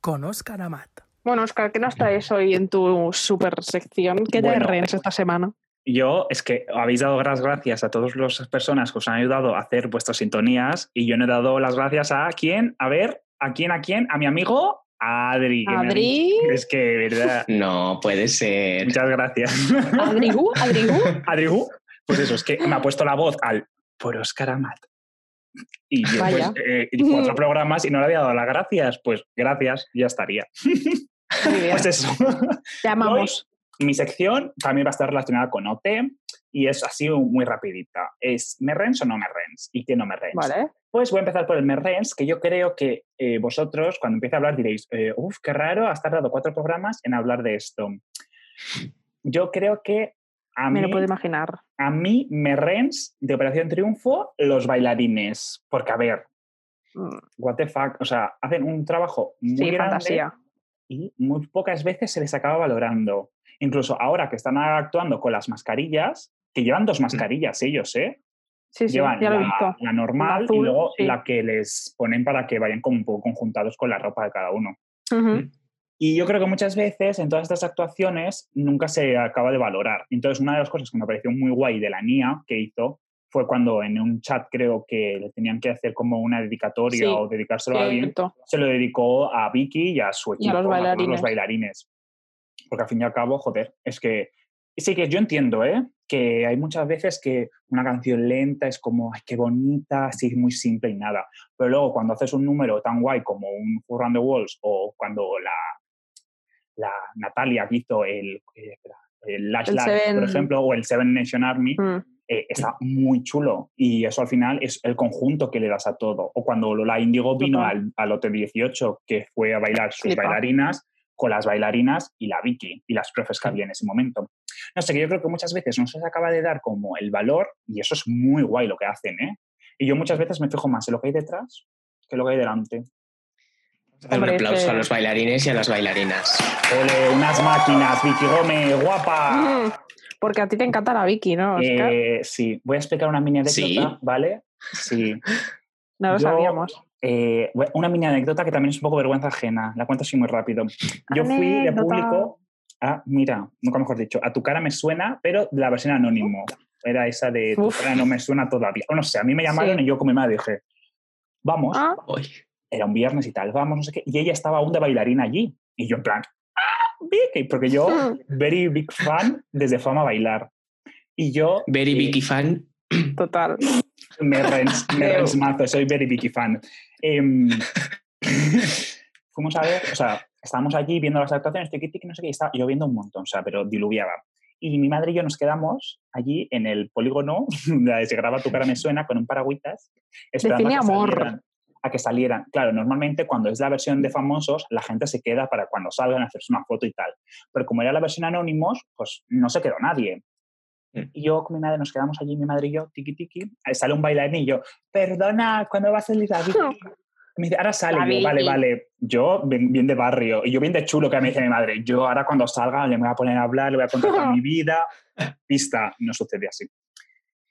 Speaker 7: Con Oscar Amat.
Speaker 6: Bueno, Oscar, ¿qué nos traes hoy en tu super sección? ¿Qué
Speaker 5: Bueno.
Speaker 6: te reens esta semana?
Speaker 5: Yo es que habéis dado las gracias a todas las personas que os han ayudado a hacer vuestras sintonías y yo no he dado las gracias a quién, a ver, a quién, a quién, a mi amigo Adri. que me ha
Speaker 6: Adri.
Speaker 5: dicho- Es que, de verdad,
Speaker 3: No puede ser.
Speaker 5: muchas gracias.
Speaker 6: Adrigu, Adrigu.
Speaker 5: Adri, uh, pues eso, es que me ha puesto la voz al por Oscar Amat. Y yo, pues,
Speaker 6: Vaya.
Speaker 5: eh, y cuatro programas y no le había dado las gracias. Pues gracias, ya estaría.
Speaker 6: Muy bien.
Speaker 5: Pues eso.
Speaker 6: Te amamos.
Speaker 5: Mi sección también va a estar relacionada con OT y es así muy rapidita. Es ¿me rens o no me rens? ¿Y qué no me rens?
Speaker 6: Vale.
Speaker 5: Pues voy a empezar por el Merrens, que yo creo que eh, vosotros, cuando empiece a hablar, diréis, eh, uff, qué raro, has tardado cuatro programas en hablar de esto. Yo creo que a
Speaker 6: Me
Speaker 5: mí,
Speaker 6: lo puedo imaginar.
Speaker 5: a mí me rens de Operación Triunfo los bailarines. Porque, a ver,
Speaker 6: Mm,
Speaker 5: what the fuck, o sea, hacen un trabajo muy
Speaker 6: Sí,
Speaker 5: grande
Speaker 6: fantasía.
Speaker 5: y muy pocas veces se les acaba valorando. Incluso ahora que están actuando con las mascarillas, que llevan dos mascarillas ellos, ¿eh?
Speaker 6: Sí, sí,
Speaker 5: llevan
Speaker 6: ya lo he
Speaker 5: la,
Speaker 6: visto.
Speaker 5: la normal
Speaker 6: La azul,
Speaker 5: y luego
Speaker 6: sí.
Speaker 5: la que les ponen para que vayan como un poco conjuntados con la ropa de cada uno.
Speaker 6: Ujú.
Speaker 5: Y yo creo que muchas veces en todas estas actuaciones nunca se acaba de valorar. Entonces, una de las cosas que me pareció muy guay de la NIA que hizo fue cuando en un chat creo que le tenían que hacer como una dedicatoria
Speaker 6: Sí,
Speaker 5: o dedicárselo a alguien
Speaker 6: Cierto.
Speaker 5: se lo dedicó a Vicky y a su equipo,
Speaker 6: los
Speaker 5: a todos
Speaker 6: bailarines.
Speaker 5: los bailarines. Porque al fin y al cabo, joder, es que sí que yo entiendo, ¿eh? Que hay muchas veces que una canción lenta es como, ay, qué bonita, así muy simple y nada. Pero luego cuando haces un número tan guay como un Who Run the Walls o cuando la, la Natalia que hizo el, eh, espera, el Lash
Speaker 6: El
Speaker 5: Lash,
Speaker 6: Seven-
Speaker 5: por ejemplo, o el Seven Nation Army,
Speaker 6: Mm.
Speaker 5: eh, está muy chulo. Y eso al final es el conjunto que le das a todo. O cuando Lola Indigo vino
Speaker 6: Total.
Speaker 5: al, al Hotel 18, que fue a bailar sus
Speaker 6: Flipa.
Speaker 5: bailarinas con las bailarinas y la Vicky y las profes que había en ese momento. No sé, que yo creo que muchas veces no se les acaba de dar como el valor y eso es muy guay lo que hacen, ¿eh? Y yo muchas veces me fijo más en lo que hay detrás que en lo que hay delante.
Speaker 3: Un
Speaker 6: Hombre,
Speaker 3: aplauso
Speaker 6: que-
Speaker 3: a los bailarines y a las bailarinas.
Speaker 5: Ole, unas máquinas, Vicky Gómez, guapa.
Speaker 6: Mm, Porque a ti te encanta la Vicky, ¿no? Oscar?
Speaker 5: Ah. Eh, sí, voy a explicar una mini anécdota,
Speaker 3: Sí.
Speaker 5: ¿vale? Sí.
Speaker 6: no lo
Speaker 5: yo-
Speaker 6: sabíamos.
Speaker 5: Eh, bueno, una mini anécdota que también es un poco vergüenza ajena. La cuento así muy rápido. Yo fui de
Speaker 6: Anécdota.
Speaker 5: público a, mira, nunca mejor dicho, a tu cara me suena, pero de la versión anónimo. Era esa de tu
Speaker 6: Uf.
Speaker 5: cara no me suena todavía. O No sé, a mí me llamaron
Speaker 6: Sí.
Speaker 5: y yo como mi madre dije, vamos,
Speaker 6: Ah,
Speaker 3: Uy,
Speaker 5: era un viernes y tal, vamos, no sé qué. Y ella estaba aún de bailarina allí. Y yo en plan, ¡ah, Vicky! Porque yo,
Speaker 6: Hmm.
Speaker 5: very big fan desde Fama Bailar. Y yo...
Speaker 3: Very
Speaker 5: eh,
Speaker 3: Vicky fan.
Speaker 6: total.
Speaker 5: me rens, me
Speaker 6: Creo.
Speaker 5: rens mazo, soy very Vicky fan. Em, fuimos a ver, o sea, estábamos allí viendo las actuaciones, tiqui, tiqui, no sé qué, y estaba lloviendo un montón, o sea, pero diluviaba. Y mi madre y yo nos quedamos allí en el polígono, donde se graba Tu cara me suena, con un paragüitas, esperando
Speaker 6: Define
Speaker 5: a que,
Speaker 6: amor.
Speaker 5: salieran, a que salieran. Claro, normalmente cuando es la versión de famosos, la gente se queda para cuando salgan a hacerse una foto y tal. Pero como era la versión anónimos, pues no se quedó nadie. Y yo con mi madre nos quedamos allí, mi madre y yo, tiki tiki. Ahí Sale un bailarín y yo, perdona, ¿cuándo va a salir la Vicky? Me dice, ahora sale.
Speaker 6: La
Speaker 5: Y yo, vale,
Speaker 6: Vicky.
Speaker 5: vale. Yo, bien, bien de barrio. Y yo, bien de chulo, que me dice mi madre, yo ahora cuando salga le me voy a poner a hablar, le voy a contar toda mi vida. Pista, no sucede así.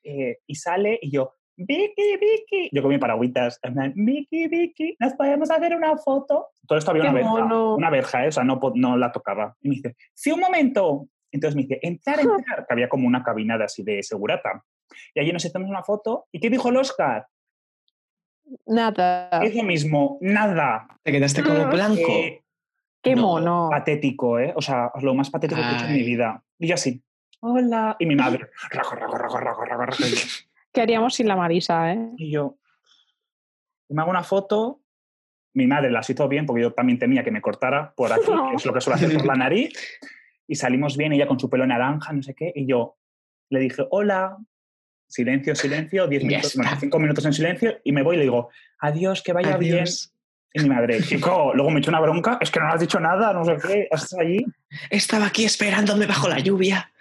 Speaker 5: Eh, y sale y yo, Vicky, Vicky. Yo con mi paragüitas, en plan, Vicky, Vicky, ¿nos podemos hacer una foto? Todo esto había
Speaker 6: Qué
Speaker 5: una verja,
Speaker 6: mono.
Speaker 5: una verja, ¿eh? o sea, no, po- no la tocaba. Y me dice, sí, un momento. Entonces me dice, entrar, entrar, que había como una cabinada así de segurata. Y allí nos hicimos una foto. ¿Y qué dijo el Oscar?
Speaker 6: Nada.
Speaker 5: Es lo mismo, nada.
Speaker 3: Te quedaste como blanco.
Speaker 5: Eh,
Speaker 6: Qué
Speaker 3: no,
Speaker 6: mono.
Speaker 5: patético, ¿eh? O sea, lo más patético que he hecho en mi
Speaker 3: Ay.
Speaker 5: vida. Y yo así, hola. Y mi madre, rajo, rajo, rajo, rajo, rajo, rajo. Y yo,
Speaker 6: ¿Qué haríamos sin la Marisa, eh?
Speaker 5: Y yo y me hago una foto. Mi madre las hizo bien porque yo también temía que me cortara por aquí, que es lo que suelo hacer por la nariz. Y salimos bien, ella con su pelo naranja, no sé qué. Y yo le dije, hola, silencio, silencio, 10
Speaker 3: Ya
Speaker 5: minutos,
Speaker 3: está.
Speaker 5: bueno, 5 minutos en silencio. Y me voy y le digo, adiós, que vaya bien.
Speaker 3: Adiós.
Speaker 5: Y mi madre, chico, luego me echó una bronca, es que no has dicho nada, no sé qué, estás allí.
Speaker 3: Estaba aquí esperándome bajo la lluvia.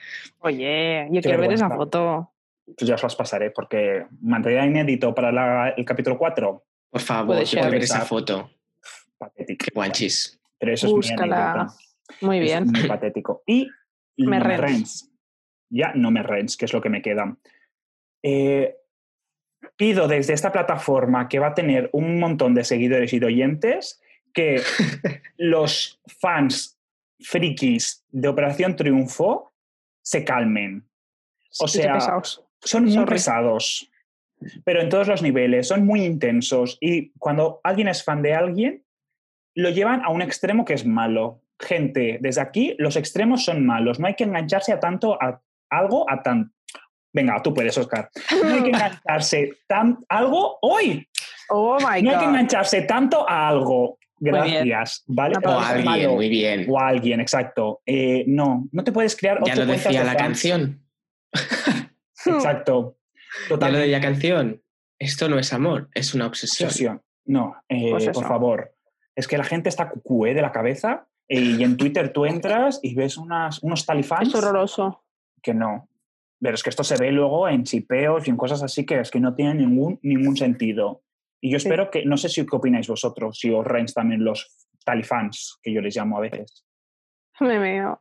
Speaker 6: Oye, yo quiero ver
Speaker 5: vergüenza.
Speaker 6: esa foto.
Speaker 5: Pues ya os las pasaré porque material inédito para la- el capítulo 4,
Speaker 3: Por
Speaker 6: Puede
Speaker 3: favor,
Speaker 6: ser.
Speaker 3: quiero ver esa foto.
Speaker 5: patético.
Speaker 3: Qué guanchis.
Speaker 5: Pero eso es mi
Speaker 6: Búscala.
Speaker 5: anécdota.
Speaker 6: Muy
Speaker 5: Es
Speaker 6: bien.
Speaker 5: muy patético. Y
Speaker 6: Me
Speaker 5: no
Speaker 6: rens.
Speaker 5: Ya no me rens, que es lo que me queda. Eh, pido desde esta plataforma que va a tener un montón de seguidores y de oyentes que los fans frikis de Operación Triunfo se calmen. O
Speaker 6: Sí, qué
Speaker 5: sea,
Speaker 6: pesados.
Speaker 5: Son muy
Speaker 6: Sorry.
Speaker 5: pesados, pero en todos los niveles, son muy intensos y cuando alguien es fan de alguien, lo llevan a un extremo que es malo. Gente, desde aquí los extremos son malos, no hay que engancharse a tanto, a algo, a tan... Venga, tú puedes, Oscar. No hay que engancharse tan... algo hoy.
Speaker 6: Oh my
Speaker 5: No hay que
Speaker 6: god.
Speaker 5: engancharse tanto a algo.
Speaker 6: Muy bien.
Speaker 5: Gracias, ¿vale?
Speaker 6: Un
Speaker 3: O
Speaker 5: Pero
Speaker 6: aplauso.
Speaker 5: es
Speaker 3: a alguien,
Speaker 5: malo.
Speaker 3: muy bien.
Speaker 5: O a alguien, exacto. Eh, no, no te puedes crear...
Speaker 3: Ya
Speaker 5: ocho
Speaker 3: lo
Speaker 5: cuentas
Speaker 3: decía
Speaker 5: de
Speaker 3: la
Speaker 5: fans.
Speaker 3: canción.
Speaker 5: Exacto.
Speaker 3: Ya lo
Speaker 5: Totalmente.
Speaker 3: de la canción. Esto no es amor, es una obsesión.
Speaker 5: Obsesión. No, eh,
Speaker 6: Pues eso.
Speaker 5: por favor. Es que la gente está cucú ¿eh? de la cabeza eh, y en Twitter tú entras y ves unas, unos talifans
Speaker 6: Es horroroso.
Speaker 5: que no. Pero es que esto se ve luego en chipeos y en cosas así que es que no tienen ningún, ningún sentido. Y yo
Speaker 6: Sí.
Speaker 5: espero que, no sé si qué opináis vosotros, si os reins también los talifans, que yo les llamo a veces.
Speaker 6: Me meo.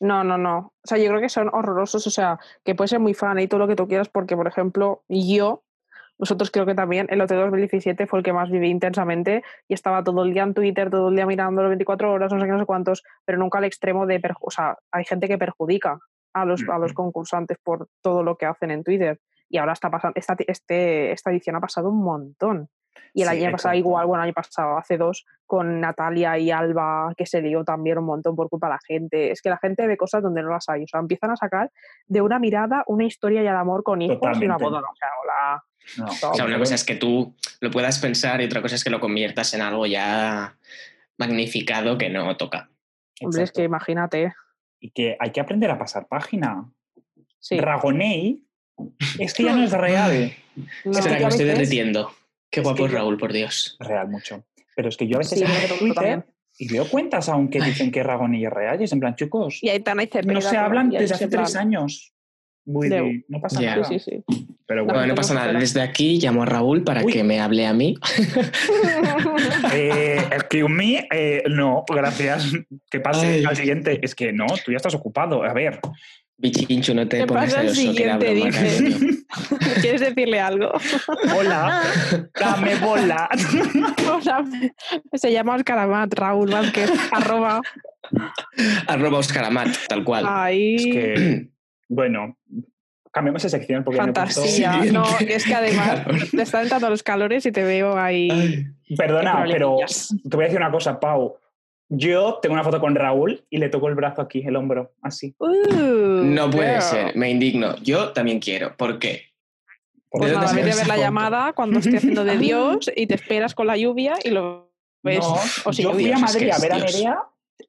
Speaker 6: No, no, no. O sea, yo creo que son horrorosos. O sea, que puedes ser muy fan y todo lo que tú quieras, porque, por ejemplo, yo, vosotros creo que también, el OT 2017 fue el que más viví intensamente y estaba todo el día en Twitter, todo el día mirándolo 24 horas, no sé qué, no sé cuántos, pero nunca al extremo de. perju- O sea, hay gente que perjudica a los, a los
Speaker 5: Ujú.
Speaker 6: concursantes por todo lo que hacen en Twitter. Y ahora está pasando, esta, este, esta edición ha pasado un montón. Y el
Speaker 5: Sí,
Speaker 6: año pasado
Speaker 5: exacto.
Speaker 6: igual, bueno, el año pasado, hace dos, con Natalia y Alba, que se lió también un montón por culpa de la gente. Es que la gente ve cosas donde no las hay. O sea, empiezan a sacar de una mirada una historia y el amor con hijos y una
Speaker 5: Totalmente.
Speaker 6: boda. O sea, hola.
Speaker 5: No.
Speaker 3: O sea,
Speaker 6: Hombre.
Speaker 3: una cosa es que tú lo puedas pensar y otra cosa es que lo conviertas en algo ya magnificado que no toca.
Speaker 6: Hombre, es
Speaker 5: Exacto.
Speaker 6: que imagínate.
Speaker 5: Y que hay que aprender a pasar página.
Speaker 6: Sí.
Speaker 5: Dragonei es que ya no es real.
Speaker 6: No,
Speaker 3: Espera, que me
Speaker 6: ya
Speaker 3: estoy
Speaker 6: ves.
Speaker 3: derritiendo. Qué
Speaker 5: Mm. Es
Speaker 3: guapo
Speaker 5: que
Speaker 3: es
Speaker 5: yo-
Speaker 3: Raúl, por Dios.
Speaker 5: Real mucho. Pero es que yo a veces
Speaker 6: Sí,
Speaker 5: entro
Speaker 6: yo
Speaker 5: en
Speaker 6: creo que tú
Speaker 5: Twitter
Speaker 6: también.
Speaker 5: y veo cuentas aunque dicen que Dragonei es real. Y es en plan, chicos,
Speaker 4: Y Aitana y Cepeda.
Speaker 5: no se
Speaker 4: claro,
Speaker 5: hablan
Speaker 4: y
Speaker 5: desde
Speaker 4: ahí
Speaker 5: hace
Speaker 4: se
Speaker 5: tres
Speaker 4: plan.
Speaker 5: años. Voy
Speaker 6: Ya.
Speaker 5: de- no pasa
Speaker 3: Ya.
Speaker 5: nada.
Speaker 6: Sí, sí,
Speaker 3: Bueno,
Speaker 5: Pero bueno.
Speaker 3: no
Speaker 6: no
Speaker 3: pasa nada.
Speaker 6: espera.
Speaker 3: Desde aquí llamo a Raúl para
Speaker 5: Uy.
Speaker 3: que me hable a mí.
Speaker 5: Eh, excuse me, eh, no, gracias. Que pase
Speaker 3: Ay.
Speaker 5: al siguiente. Es que no, tú ya estás ocupado. A ver,
Speaker 3: Bichincho, no te
Speaker 6: Te
Speaker 3: pongas
Speaker 6: pasa el
Speaker 3: celoso, que era
Speaker 6: siguiente,
Speaker 3: broma,
Speaker 6: dice.
Speaker 3: cariño.
Speaker 6: ¿Quieres decirle algo?
Speaker 5: hola, dame bola.
Speaker 6: O sea, se llama Oscaramat, Raúl Vázquez, arroba.
Speaker 3: Arroba Oscar Amat, tal cual.
Speaker 6: Ahí.
Speaker 5: Es que, bueno, cambiamos de sección porque me he puesto-
Speaker 6: Fantasía.
Speaker 3: Sí.
Speaker 6: No, es que además
Speaker 3: Claro.
Speaker 6: te están entrando los calores y te veo ahí.
Speaker 3: Ay.
Speaker 5: Perdona,
Speaker 6: Qué
Speaker 5: pero
Speaker 6: problemillas.
Speaker 5: te voy a decir una cosa, Pau. Yo tengo una foto con Raúl y le toco el brazo aquí, el hombro, así.
Speaker 6: Uh,
Speaker 3: No puede
Speaker 6: girl.
Speaker 3: ser, me indigno. Yo también quiero. ¿Por qué?
Speaker 5: Por
Speaker 6: Pues
Speaker 3: ¿De
Speaker 5: eso
Speaker 6: nada,
Speaker 3: dónde
Speaker 5: te-
Speaker 6: vete a
Speaker 3: sacas
Speaker 6: ver la
Speaker 3: esa
Speaker 6: llamada cuando esté haciendo de Dios y te esperas con la lluvia y lo ves.
Speaker 5: No,
Speaker 6: Pues, o si
Speaker 5: yo fui
Speaker 3: Dios,
Speaker 5: a
Speaker 3: es que
Speaker 5: Madrid a
Speaker 3: es
Speaker 5: ver a
Speaker 3: Dios.
Speaker 5: Nerea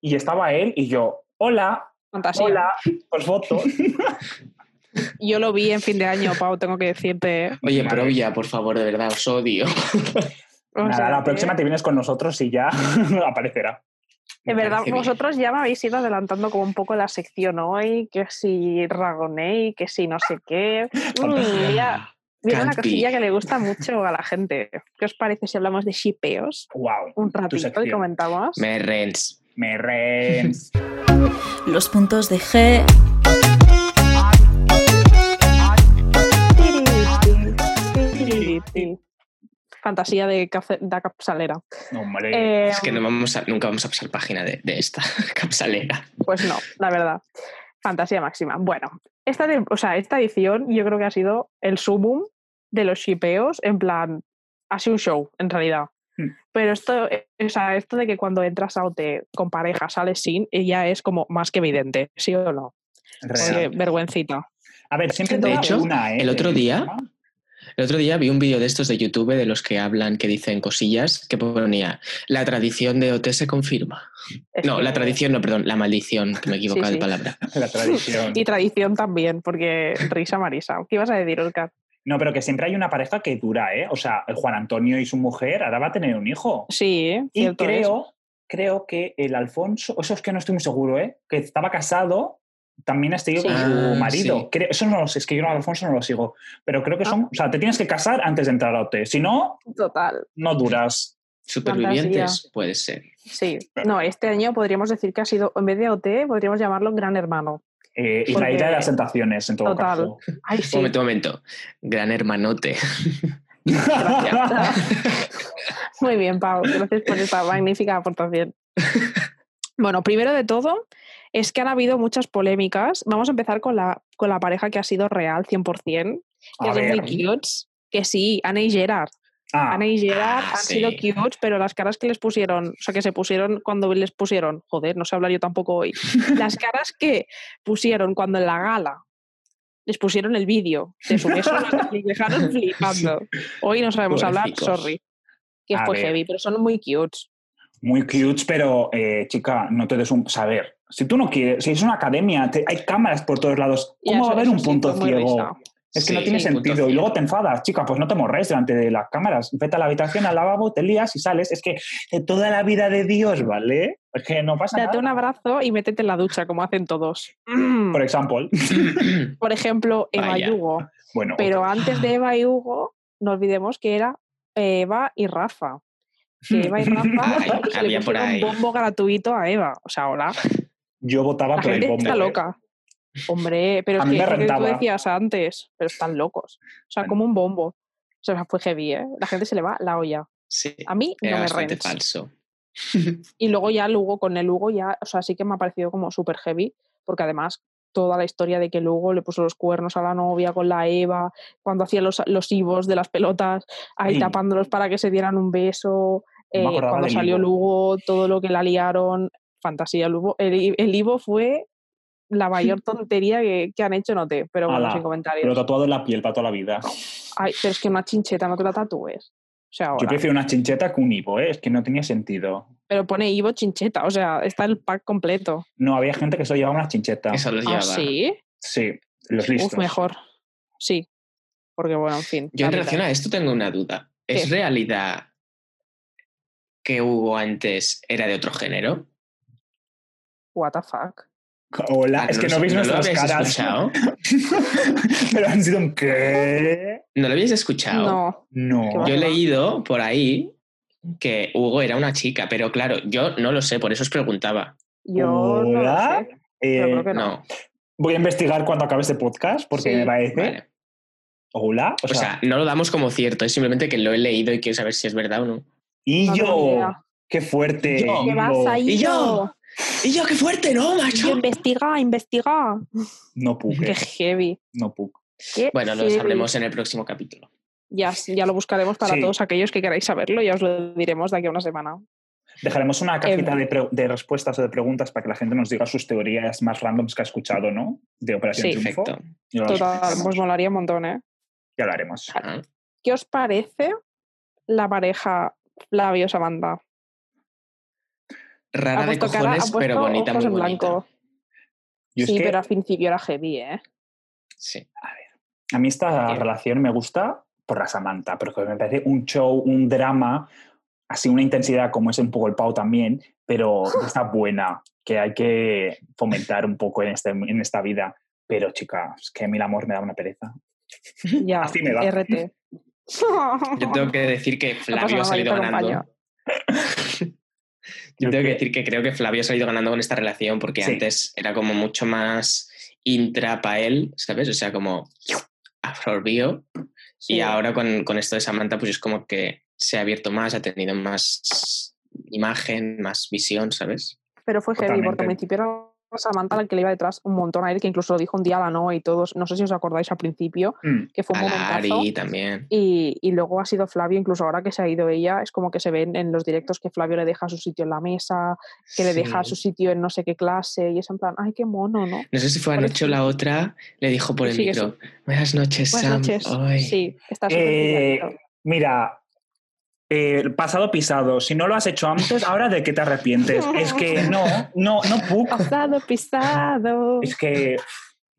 Speaker 5: y estaba él y yo, hola,
Speaker 6: Fantasía.
Speaker 5: hola, pues foto.
Speaker 6: Yo lo vi en fin de año, Pau, tengo que decirte. ¿eh?
Speaker 3: Oye,
Speaker 5: Vale.
Speaker 3: pero ya, por favor, de verdad, os odio.
Speaker 6: O
Speaker 5: Nada,
Speaker 6: sea,
Speaker 5: la próxima te vienes con nosotros y ya aparecerá.
Speaker 6: De verdad,
Speaker 3: parece bien.
Speaker 6: vosotros ya me habéis ido adelantando como un poco la sección hoy, que si Ragonei, que si no sé qué.
Speaker 5: Fantasía.
Speaker 6: Mm, ya, Viene una
Speaker 3: Can't be.
Speaker 6: cosilla que le gusta mucho a la gente. ¿Qué os parece si hablamos de shipeos
Speaker 5: Wow,
Speaker 6: un ratito y
Speaker 5: sección.
Speaker 6: comentamos?
Speaker 3: Me rens.
Speaker 5: me rens.
Speaker 10: Los puntos de G.
Speaker 6: Fantasía de, cafe- da capsalera.
Speaker 5: Hombre,
Speaker 6: Eh,
Speaker 3: Es que no vamos a- nunca vamos a pasar página de, de esta capsalera.
Speaker 6: Pues no, la verdad. Fantasía máxima. Bueno, esta, tem- o sea, esta edición yo creo que ha sido el sumum de los shipeos, en plan, ha sido un show, en realidad.
Speaker 5: Hmm.
Speaker 6: Pero esto, eh, o sea, esto de que cuando entras a OT con pareja sales sin, eh, ya es como más que evidente, ¿sí o no?
Speaker 5: real.
Speaker 6: Oye, vergüencita.
Speaker 5: A ver, siempre
Speaker 6: De
Speaker 5: toca
Speaker 3: hecho,
Speaker 5: una, ¿eh?
Speaker 3: el otro día-
Speaker 5: Ah,
Speaker 3: El otro día vi un vídeo de estos de YouTube de los que hablan, que dicen cosillas, que ponía la tradición de OT se confirma.
Speaker 6: Es
Speaker 3: No,
Speaker 6: que-
Speaker 3: la tradición, no, perdón, la maldición, que me he equivocado
Speaker 6: Sí,
Speaker 3: de
Speaker 6: sí.
Speaker 3: palabra.
Speaker 5: La tradición.
Speaker 6: Y tradición también, porque risa Marisa. ¿Qué ibas a decir, Oscar?
Speaker 5: No, pero que siempre hay una pareja que dura, ¿eh? O sea, el Juan Antonio y su mujer ahora va a tener un hijo.
Speaker 6: Sí, ¿eh?
Speaker 5: Y
Speaker 6: cierto es.
Speaker 5: creo, creo que el Alfonso, eso es que no estoy muy seguro, ¿eh? Que estaba casado, también ha seguido con
Speaker 3: Sí.
Speaker 5: su
Speaker 3: Ah,
Speaker 5: marido.
Speaker 3: sí.
Speaker 5: Creo- eso no lo sé, es que yo no, Alfonso no lo sigo. Pero
Speaker 6: Ah.
Speaker 5: creo que son, o sea, te tienes que casar antes de entrar a OT. Si no,
Speaker 6: Total.
Speaker 5: no duras.
Speaker 3: Supervivientes, puede ser.
Speaker 6: Sí. No, este año podríamos decir que ha sido, en vez de OT, podríamos llamarlo Gran Hermano.
Speaker 5: Eh, y la
Speaker 6: Porque-
Speaker 5: ida de las tentaciones, en todo
Speaker 6: Total.
Speaker 5: caso.
Speaker 6: Ay, sí.
Speaker 3: Momento, momento. Gran hermanote.
Speaker 6: Muy bien, Pau. Gracias por esta magnífica aportación. Bueno, primero de todo, es que han habido muchas polémicas. Vamos a empezar con la, con la pareja que ha sido real 100%, que
Speaker 5: A
Speaker 6: son
Speaker 5: ver.
Speaker 6: muy cutes. Que sí, Ana y Gerard.
Speaker 5: Ah,
Speaker 6: Ana y Gerard
Speaker 3: ah,
Speaker 6: han
Speaker 3: sí.
Speaker 6: sido cutes, pero las caras que les pusieron, o sea, que se pusieron cuando les pusieron, joder, no sé hablar yo tampoco hoy, las caras que pusieron cuando en la gala les pusieron el vídeo de su beso, les dejaron flipando. Hoy no sabemos hablar,
Speaker 3: Pobrecitos.
Speaker 6: sorry. Que
Speaker 5: A
Speaker 6: fue
Speaker 5: ver.
Speaker 6: heavy, pero son muy cutes.
Speaker 5: muy cute, pero eh, chica, no te des un saber. Si tú no quieres, si es una academia, te- hay cámaras por todos lados,
Speaker 6: Y
Speaker 5: ¿cómo va a
Speaker 6: eso-
Speaker 5: haber
Speaker 6: eso
Speaker 5: un
Speaker 6: sí,
Speaker 5: punto
Speaker 6: fue muy
Speaker 5: ciego?
Speaker 6: risa.
Speaker 5: Es que
Speaker 3: Sí,
Speaker 5: no tiene
Speaker 3: sí, punto
Speaker 5: sentido. Y luego
Speaker 3: ciego.
Speaker 5: te enfadas, chica, pues no te morres delante de las cámaras. Vete a la habitación, al lavabo, te lías y sales. Es que de toda la vida de Dios, ¿vale? Es que no pasa
Speaker 6: Date un
Speaker 5: nada.
Speaker 6: abrazo y métete en la ducha, como hacen todos.
Speaker 5: Por ejemplo.
Speaker 6: Por ejemplo, Eva
Speaker 3: Vaya.
Speaker 6: y Hugo.
Speaker 5: Bueno,
Speaker 6: Pero antes de Eva y Hugo, no olvidemos que era Eva y Rafa. Que Eva y
Speaker 3: Ay,
Speaker 6: Rafa se le
Speaker 3: había por
Speaker 6: pusieron
Speaker 3: ahí.
Speaker 6: un bombo gratuito a Eva. O sea, hola.
Speaker 5: yo votaba
Speaker 6: La
Speaker 5: por el
Speaker 6: gente
Speaker 5: bombo. ¿eh?
Speaker 6: está loca. Hombre, pero
Speaker 5: A
Speaker 6: es
Speaker 5: mí
Speaker 6: que
Speaker 5: me
Speaker 6: es lo que tú
Speaker 5: rentaba.
Speaker 6: decías antes, pero están locos. O sea,
Speaker 5: Bueno.
Speaker 6: como un bombo. O sea, fue heavy, ¿eh? La gente se le va la olla.
Speaker 3: Sí,
Speaker 6: A mí
Speaker 3: era
Speaker 6: Ah, no me
Speaker 3: bastante
Speaker 6: renta.
Speaker 3: falso.
Speaker 6: Y luego ya Lugo, con el Hugo ya, o sea, sí que me ha parecido como súper heavy, porque además toda la historia de que Lugo le puso los cuernos a la novia con la Eva, cuando hacía los, los hivos de las pelotas, ahí
Speaker 5: Sí.
Speaker 6: tapándolos para que se dieran un beso,
Speaker 5: Me
Speaker 6: eh,
Speaker 5: acordaba
Speaker 6: cuando
Speaker 5: del
Speaker 6: salió
Speaker 5: hivo.
Speaker 6: Lugo, todo lo que la liaron, fantasía Lugo. El, hi- el hivo fue la mayor tontería que, que han hecho, no te, pero bueno,
Speaker 5: Ala,
Speaker 6: sin comentarios.
Speaker 5: Pero tatuado en la piel para toda la vida.
Speaker 6: Ay, pero es que una chincheta no te la tatúes. O sea,
Speaker 5: Yo
Speaker 6: ahora.
Speaker 5: prefiero una chincheta que un hipo, ¿eh? es que no tenía sentido.
Speaker 6: Pero pone hivo chincheta, o sea, está el pack completo.
Speaker 5: No, había gente que solo llevaba una chincheta.
Speaker 3: Eso los
Speaker 6: ¿Ah,
Speaker 3: llevaba.
Speaker 6: sí?
Speaker 5: Sí, los listos.
Speaker 6: Uf, mejor. Sí. Porque bueno, en fin.
Speaker 3: Yo en
Speaker 6: la
Speaker 3: relación
Speaker 6: mitad.
Speaker 3: a esto tengo una duda. ¿Es
Speaker 6: ¿Qué?
Speaker 3: realidad que Hugo antes era de otro género?
Speaker 6: What the fuck.
Speaker 5: Hola,
Speaker 3: Ah,
Speaker 5: es que
Speaker 3: lo-
Speaker 5: no veis
Speaker 3: lo
Speaker 5: nuestras
Speaker 3: habéis
Speaker 5: caras.
Speaker 3: Escuchado?
Speaker 5: Pero han sido un qué.
Speaker 3: ¿No lo habéis escuchado?
Speaker 6: No. Qué
Speaker 5: No.
Speaker 6: va.
Speaker 3: Yo he
Speaker 6: Ajá.
Speaker 3: leído por ahí que Hugo era una chica, pero claro, yo no lo sé, por eso os preguntaba.
Speaker 6: Yo no lo
Speaker 5: Hola.
Speaker 6: sé.
Speaker 5: Eh,
Speaker 6: Yo creo que no.
Speaker 3: No,
Speaker 5: voy a investigar cuando acabe este podcast porque
Speaker 6: Sí,
Speaker 5: me parece.
Speaker 3: vale.
Speaker 5: Hola. O,
Speaker 3: O sea, no lo damos como cierto, es simplemente que lo he leído y quiero saber si es verdad o no.
Speaker 5: y
Speaker 6: no tengo ni
Speaker 5: yo.
Speaker 6: idea.
Speaker 5: Qué fuerte.
Speaker 3: Yo.
Speaker 6: ¿Qué vas ahí?
Speaker 3: ¿Y yo? ¡Y yo, qué fuerte, no,
Speaker 6: Yo, investiga, investiga.
Speaker 5: No puc.
Speaker 6: Qué
Speaker 5: eh,
Speaker 6: heavy.
Speaker 5: No puc.
Speaker 6: Qué
Speaker 3: Bueno, lo
Speaker 6: heavy.
Speaker 3: sabremos en el próximo capítulo.
Speaker 6: Ya, ya lo buscaremos para
Speaker 5: Sí.
Speaker 6: todos aquellos que queráis saberlo. Ya os lo diremos de aquí a una semana.
Speaker 5: Dejaremos una cajita
Speaker 6: Em.
Speaker 5: de, pre- de respuestas o de preguntas para que la gente nos diga sus teorías más randoms que ha escuchado, ¿no? De Operación
Speaker 6: Sí,
Speaker 5: Triunfo.
Speaker 3: Perfecto.
Speaker 5: Y ahora
Speaker 6: Total,
Speaker 5: las-
Speaker 6: pues molaría un montón, ¿eh?
Speaker 5: Ya lo haremos.
Speaker 3: Ah,
Speaker 6: ¿Qué os parece la pareja Flavio Samantha?
Speaker 3: Rara de
Speaker 6: puesto cara- ha
Speaker 3: cojones, pero
Speaker 6: puesto
Speaker 3: bonita,
Speaker 6: ojos
Speaker 3: muy
Speaker 6: en
Speaker 3: bonita.
Speaker 6: blanco.
Speaker 5: Yo es
Speaker 6: Sí,
Speaker 5: que
Speaker 6: pero al principio era heavy, ¿eh?
Speaker 3: Sí.
Speaker 5: a mí esta
Speaker 3: Eh.
Speaker 5: relación me gusta por la Samantha, pero que me parece un show, un drama, así una intensidad como es un poco el Pau también, pero está buena, que hay que fomentar un poco en, este, en esta vida. Pero chica, es que a mí el amor me da una pereza.
Speaker 6: Ya,
Speaker 5: Así me va.
Speaker 6: RT.
Speaker 3: Yo tengo que decir que Flavio ha
Speaker 6: nada,
Speaker 3: salido
Speaker 6: yo te
Speaker 3: ganando.
Speaker 6: acompaño.
Speaker 3: Yo tengo que
Speaker 5: que-
Speaker 3: decir que creo que Flavio ha salido ganando con esta relación porque
Speaker 5: Sí.
Speaker 3: antes era como mucho más intra para él, ¿sabes? O sea, como absorbió.
Speaker 6: Sí.
Speaker 3: Y ahora con, con esto de Samantha, pues es como que se ha abierto más, ha tenido más imagen, más visión, ¿sabes?
Speaker 6: Pero fue heavy, porque
Speaker 5: Totalmente.
Speaker 6: al principio era Samantha la que le iba detrás un montón a él, que incluso lo dijo un día a la Noe y todos. No sé si os acordáis al principio,
Speaker 5: Mm,
Speaker 6: que fue un
Speaker 3: A la
Speaker 6: momentazo.
Speaker 3: Ari también.
Speaker 6: Y, y luego ha sido Flavio, incluso ahora que se ha ido ella, es como que se ven en los directos que Flavio le deja su sitio en la mesa, que le deja
Speaker 3: Sí.
Speaker 6: su sitio en no sé qué clase, y es en plan, ay, qué mono, ¿no?
Speaker 3: No sé si fue
Speaker 6: Por
Speaker 3: anoche o
Speaker 6: eso-
Speaker 3: la otra, le dijo por el
Speaker 6: Sí,
Speaker 3: micro, buenas noches,
Speaker 6: Buenas
Speaker 3: Sam.
Speaker 6: noches.
Speaker 3: Ay,
Speaker 6: Sí, está súper
Speaker 5: Eh,
Speaker 6: pillado.
Speaker 5: Mira, eh, pasado pisado, si no lo has hecho antes, ahora de qué te arrepientes. es que no, no, no puc.
Speaker 6: Pasado, pisado.
Speaker 5: Es que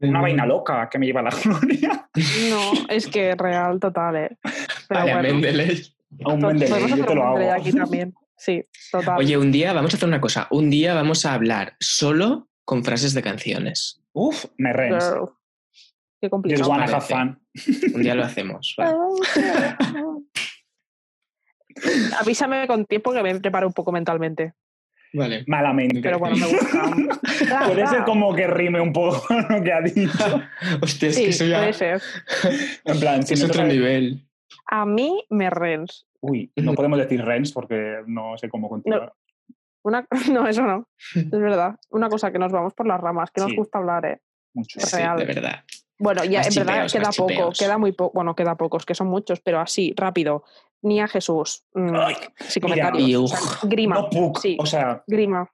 Speaker 5: una vaina loca que me lleva a la gloria.
Speaker 6: No, es que real total, ¿eh? Pero
Speaker 3: Vale,
Speaker 6: bueno,
Speaker 3: Mendeley.
Speaker 5: A un buen delay,
Speaker 6: podemos
Speaker 5: yo
Speaker 6: hacer
Speaker 5: te
Speaker 6: un
Speaker 5: lo
Speaker 6: Monterrey
Speaker 5: hago.
Speaker 6: aquí también. Sí, total.
Speaker 3: Oye, un día vamos a hacer una cosa. Un día vamos a hablar solo con frases de canciones.
Speaker 5: Uf, me rens.
Speaker 6: girl. Qué
Speaker 5: Just
Speaker 6: complicado.
Speaker 5: wanna have
Speaker 3: parece.
Speaker 5: fun.
Speaker 3: Un día lo hacemos.
Speaker 6: Ah.
Speaker 3: vale.
Speaker 6: Avísame con tiempo que me preparo un poco mentalmente.
Speaker 3: Vale.
Speaker 5: Malamente.
Speaker 6: Pero bueno, me gusta.
Speaker 5: Puede ser como que rime un poco lo que ha dicho.
Speaker 3: Hostia, es
Speaker 6: Sí,
Speaker 3: que eso ya
Speaker 6: puede ser.
Speaker 5: En plan, si
Speaker 3: es
Speaker 5: no
Speaker 3: otro
Speaker 5: te sabes-
Speaker 3: nivel.
Speaker 6: A mí me rens.
Speaker 5: Uy, no podemos decir rens porque no sé cómo continuar.
Speaker 6: Una... No, eso no. Es verdad. Una cosa que nos vamos por las ramas, que nos
Speaker 5: Sí.
Speaker 6: gusta hablar, ¿eh?
Speaker 5: Mucho.
Speaker 3: Sí,
Speaker 6: Real.
Speaker 3: de verdad.
Speaker 6: Bueno, ya
Speaker 3: Más
Speaker 6: en verdad
Speaker 3: chipeos,
Speaker 6: queda
Speaker 3: más
Speaker 6: poco,
Speaker 3: chipeos.
Speaker 6: queda muy poco, bueno, queda pocos, que son muchos, pero así, rápido. Ni a Jesús. Mm,
Speaker 5: Ay,
Speaker 6: sin
Speaker 5: mira,
Speaker 3: y
Speaker 6: comentarios. O sea,
Speaker 3: uj,
Speaker 6: grima.
Speaker 5: no puc.
Speaker 6: Sí,
Speaker 5: O sea,
Speaker 6: grima.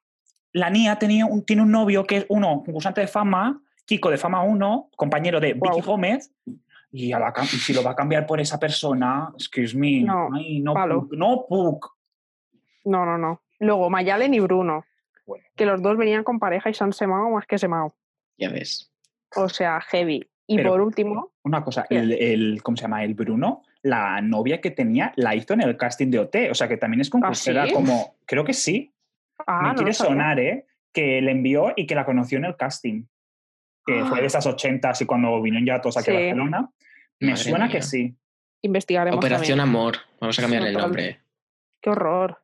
Speaker 5: la Nia tenía un, tiene un novio que es uno, concursante de fama, Kiko de fama 1, compañero de Vicky
Speaker 6: Guau.
Speaker 5: Gómez. Y, a la cam- y si lo va a cambiar por esa persona, excuse me,
Speaker 6: No,
Speaker 5: ay, no,
Speaker 6: palo.
Speaker 5: puc, no puc.
Speaker 6: No, no, no. Luego, Mayalen y Bruno.
Speaker 5: Bueno.
Speaker 6: Que los dos venían con pareja y se han semado más que semado.
Speaker 3: Ya ves.
Speaker 6: O sea, heavy. Y
Speaker 5: Pero-
Speaker 6: por último,
Speaker 5: Una cosa,
Speaker 6: ¿Qué?
Speaker 5: el, el- ¿cómo se llama? El Bruno, la novia que tenía, la hizo en el casting de OT. O sea, que también es concursera
Speaker 6: ¿Ah, sí?
Speaker 5: como... Creo que sí.
Speaker 6: Ah,
Speaker 5: me
Speaker 6: no lo
Speaker 5: quiere
Speaker 6: sabía.
Speaker 5: sonar, ¿eh? Que le envió y que la conoció en el casting. Que fue de esas 80 y cuando vinieron ya todos aquí a
Speaker 6: ¡Ah! Sí.
Speaker 5: Barcelona. Me
Speaker 3: Madre
Speaker 5: suena
Speaker 3: mía.
Speaker 5: que sí.
Speaker 6: Investigaremos.
Speaker 3: Operación
Speaker 6: también.
Speaker 3: Amor. Vamos a cambiarle el
Speaker 6: Total.
Speaker 3: nombre.
Speaker 6: Qué horror.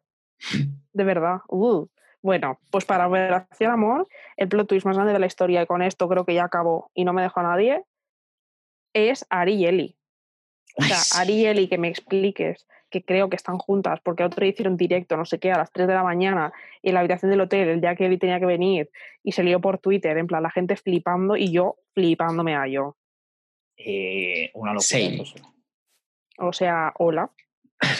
Speaker 6: De verdad. Uh. Bueno, pues para Operación Amor, el plot twist más grande de la historia, y con esto creo que ya acabó y no me dejó a nadie, es Ari y Eli. O
Speaker 3: Ay,
Speaker 6: sea,
Speaker 3: sí.
Speaker 6: Ari y Eli, que me expliques que creo que están juntas, porque otro día hicieron directo, no sé qué, a las 3 de la mañana, en la habitación del hotel, el día que Eli tenía que venir, y se lió por Twitter, en plan, la gente flipando y yo flipándome a yo.
Speaker 5: Eh, una locura.
Speaker 3: Same.
Speaker 5: eso sí.
Speaker 6: O sea, hola.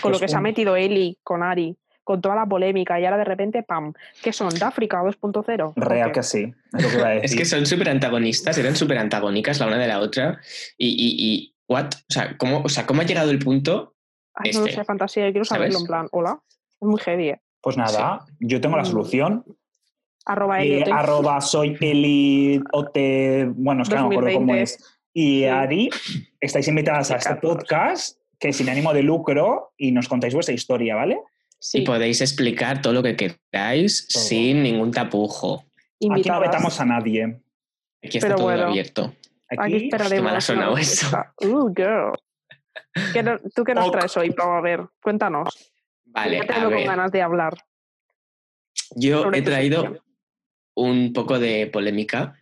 Speaker 6: Con lo que se ha
Speaker 5: un-
Speaker 6: metido Eli con Ari, con toda la polémica, y ahora de repente, ¡pam! ¿Qué son? ¿Dáfrica 2.0?
Speaker 5: Real
Speaker 6: Ok.
Speaker 5: que sí. Es lo que iba a
Speaker 3: Es
Speaker 5: decir.
Speaker 3: que son súper antagonistas, eran súper antagónicas la una de la otra. Y, y, y what? O sea, ¿cómo, o sea, ¿cómo ha llegado el punto?
Speaker 6: Ay, no lo
Speaker 3: este,
Speaker 6: sé, fantasía, yo quiero saberlo,
Speaker 3: ¿sabes?
Speaker 6: en plan, hola. Es muy heavy. eh.
Speaker 5: Pues nada, yo tengo la
Speaker 6: Mm.
Speaker 5: solución.
Speaker 6: Arroba
Speaker 5: Eh,
Speaker 6: Eli. hotel.
Speaker 5: arroba soy Eli Ote- Bueno, es que no me acuerdo cómo
Speaker 6: 2020.
Speaker 5: es. Y
Speaker 6: Sí.
Speaker 5: Ari, estáis invitadas a este podcast que es sin ánimo de lucro y nos contáis vuestra historia, ¿vale?
Speaker 6: Sí,
Speaker 3: Y
Speaker 5: pues,
Speaker 3: podéis explicar todo lo que queráis
Speaker 5: Todo.
Speaker 3: sin ningún tapujo.
Speaker 5: Aquí no
Speaker 6: invitadas.
Speaker 5: vetamos a nadie.
Speaker 3: Aquí está
Speaker 6: Pero
Speaker 3: todo
Speaker 6: bueno.
Speaker 3: abierto.
Speaker 5: Aquí,
Speaker 6: Aquí esperaremos.
Speaker 3: mal ha
Speaker 6: una
Speaker 3: sonado
Speaker 6: respuesta. Uh, girl. ¿Qué no- ¿Tú qué nos
Speaker 5: Ok.
Speaker 6: traes hoy, Pau? A ver, cuéntanos.
Speaker 3: Vale,
Speaker 6: ya
Speaker 3: a
Speaker 6: tengo con
Speaker 3: ver.
Speaker 6: ganas de hablar.
Speaker 3: Yo
Speaker 6: sobre
Speaker 3: he
Speaker 6: tu
Speaker 3: traído
Speaker 6: sección.
Speaker 3: un poco de polémica.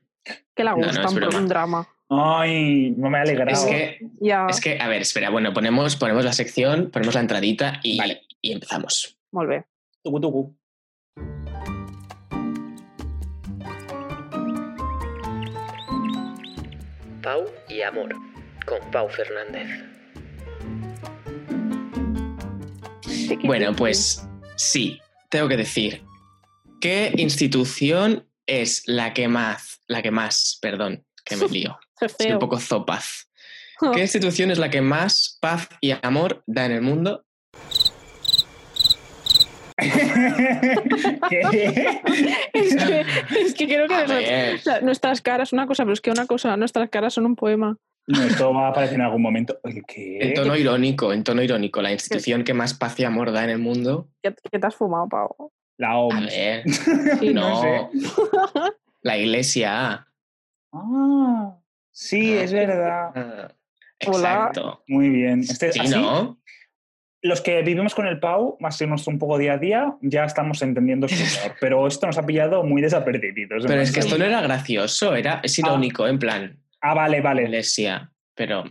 Speaker 6: Que la
Speaker 3: No, no, es
Speaker 6: gustan por
Speaker 3: broma.
Speaker 6: un drama.
Speaker 5: Ay, no me he alegrado.
Speaker 3: Es que,
Speaker 6: Ya,
Speaker 3: es que, a ver, espera, bueno, ponemos, ponemos la sección, ponemos la entradita y, y empezamos.
Speaker 6: muy bien.
Speaker 5: Tucu, tucu.
Speaker 3: Pau y Amor, con Pau Fernández. Bueno, pues sí, tengo que decir. ¿Qué institución es la que más, la que más, perdón, que me lío?
Speaker 6: Qué
Speaker 3: Soy
Speaker 6: feo.
Speaker 3: un poco zopaz. ¿Qué institución es la que más paz y amor da en el mundo?
Speaker 5: ¿Qué?
Speaker 6: es, que, es que creo que
Speaker 3: A
Speaker 6: de verdad-
Speaker 3: ver.
Speaker 6: o sea, nuestras caras son una cosa, pero es que una cosa, nuestras caras son un poema.
Speaker 5: No, esto va a aparecer en algún momento. Oye,
Speaker 3: En
Speaker 5: ¿qué?
Speaker 3: tono irónico, en tono irónico, la institución que más paz y amor da en el mundo.
Speaker 6: ¿Qué, qué te has fumado, Pau?
Speaker 5: La
Speaker 3: A
Speaker 5: OMS.
Speaker 3: ver,
Speaker 6: Sí,
Speaker 5: no
Speaker 3: no.
Speaker 5: sé.
Speaker 3: La iglesia.
Speaker 5: Ah, sí, es verdad.
Speaker 3: Ah,
Speaker 6: Hola.
Speaker 3: Exacto.
Speaker 5: Muy bien. Este,
Speaker 3: Sí,
Speaker 5: así,
Speaker 3: ¿no?
Speaker 5: Los que vivimos con el Pau, más que nuestro un poco día a día, ya estamos entendiendo su humor. pero esto nos ha pillado muy desapercibidos.
Speaker 3: Pero es
Speaker 5: Entonces-
Speaker 3: que esto no era gracioso, era, es irónico, en plan,
Speaker 5: Ah, vale, Ah. vale.
Speaker 3: iglesia. Pero.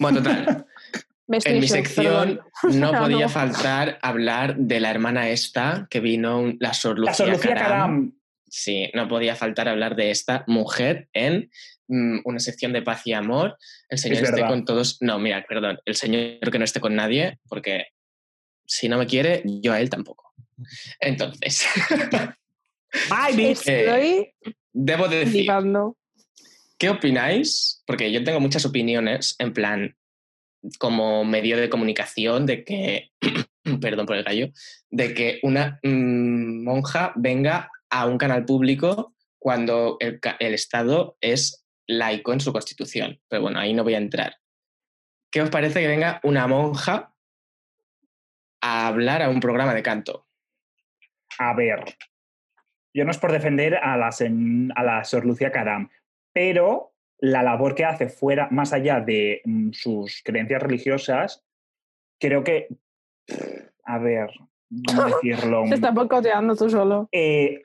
Speaker 3: Bueno, total.
Speaker 6: Me estoy
Speaker 3: En mi
Speaker 6: shock,
Speaker 3: sección
Speaker 6: perdón.
Speaker 3: no
Speaker 6: No.
Speaker 3: podía faltar hablar de la hermana esta que vino, un- la Sor Lucía,
Speaker 5: La Sor Lucía
Speaker 3: Caram.
Speaker 5: Caram.
Speaker 3: Sí, no podía faltar hablar de esta mujer en mm, una sección de paz y amor. El señor
Speaker 5: Es
Speaker 3: esté
Speaker 5: verdad.
Speaker 3: con todos. No, mira, perdón, el señor que no esté con nadie, porque si no me quiere, yo a él tampoco. Entonces,
Speaker 5: Bye, bitch.
Speaker 6: Estoy
Speaker 3: debo de decir.
Speaker 6: flipando.
Speaker 3: ¿Qué opináis? Porque yo tengo muchas opiniones en plan como medio de comunicación de que, perdón por el gallo, de que una mm, monja venga a un canal público cuando el, ca- el Estado es laico en su constitución. Pero bueno, ahí no voy a entrar. ¿Qué os parece que venga una monja a hablar a un programa de canto?
Speaker 5: A ver, yo no es por defender a la, sen- a la Sor Lucía Caram, pero la labor que hace fuera, más allá de mm, sus creencias religiosas, creo que. A ver, ¿cómo decirlo?
Speaker 6: Te estás boicoteando tú solo.
Speaker 5: Eh,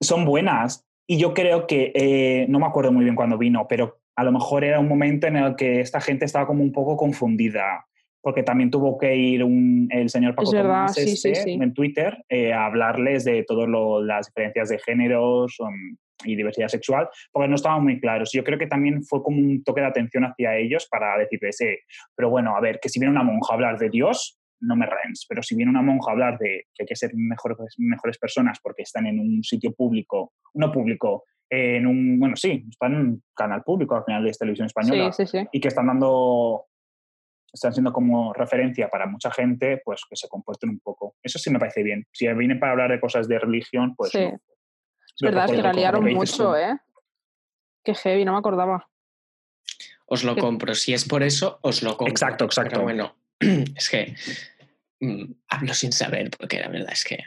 Speaker 5: son buenas. Y yo creo que, eh, no me acuerdo muy bien cuándo vino, pero a lo mejor era un momento en el que esta gente estaba como un poco confundida, porque también tuvo que ir un- el señor Paco
Speaker 6: Es verdad,
Speaker 5: Tomás
Speaker 6: sí, sí,
Speaker 5: este,
Speaker 6: sí.
Speaker 5: en Twitter eh, a hablarles de todas las diferencias de géneros um, y diversidad sexual, porque no estaban muy claros. Yo creo que también fue como un toque de atención hacia ellos para decirles, eh, pero bueno, a ver, que si viene una monja a hablar de Dios, no me rens, pero si viene una monja a hablar de que hay que ser mejores, mejores personas porque están en un sitio público, no público, en un, bueno, sí, están en un canal público al final de televisión española
Speaker 6: Sí, sí, sí.
Speaker 5: y que están dando, están siendo como referencia para mucha gente, pues que se comporten un poco. Eso sí me parece bien. Si vienen para hablar de cosas de religión, pues...
Speaker 6: Sí.
Speaker 5: no.
Speaker 6: Es verdad, es que la
Speaker 5: Pero por lo
Speaker 6: liaron
Speaker 5: que dices tú,
Speaker 6: mucho, ¿eh? Qué heavy, no me acordaba.
Speaker 3: Os lo
Speaker 6: Que-
Speaker 3: compro. Si es por eso, os lo compro.
Speaker 5: Exacto, exacto.
Speaker 3: Pero bueno, es que mm, a hablo sin saber, porque la verdad es que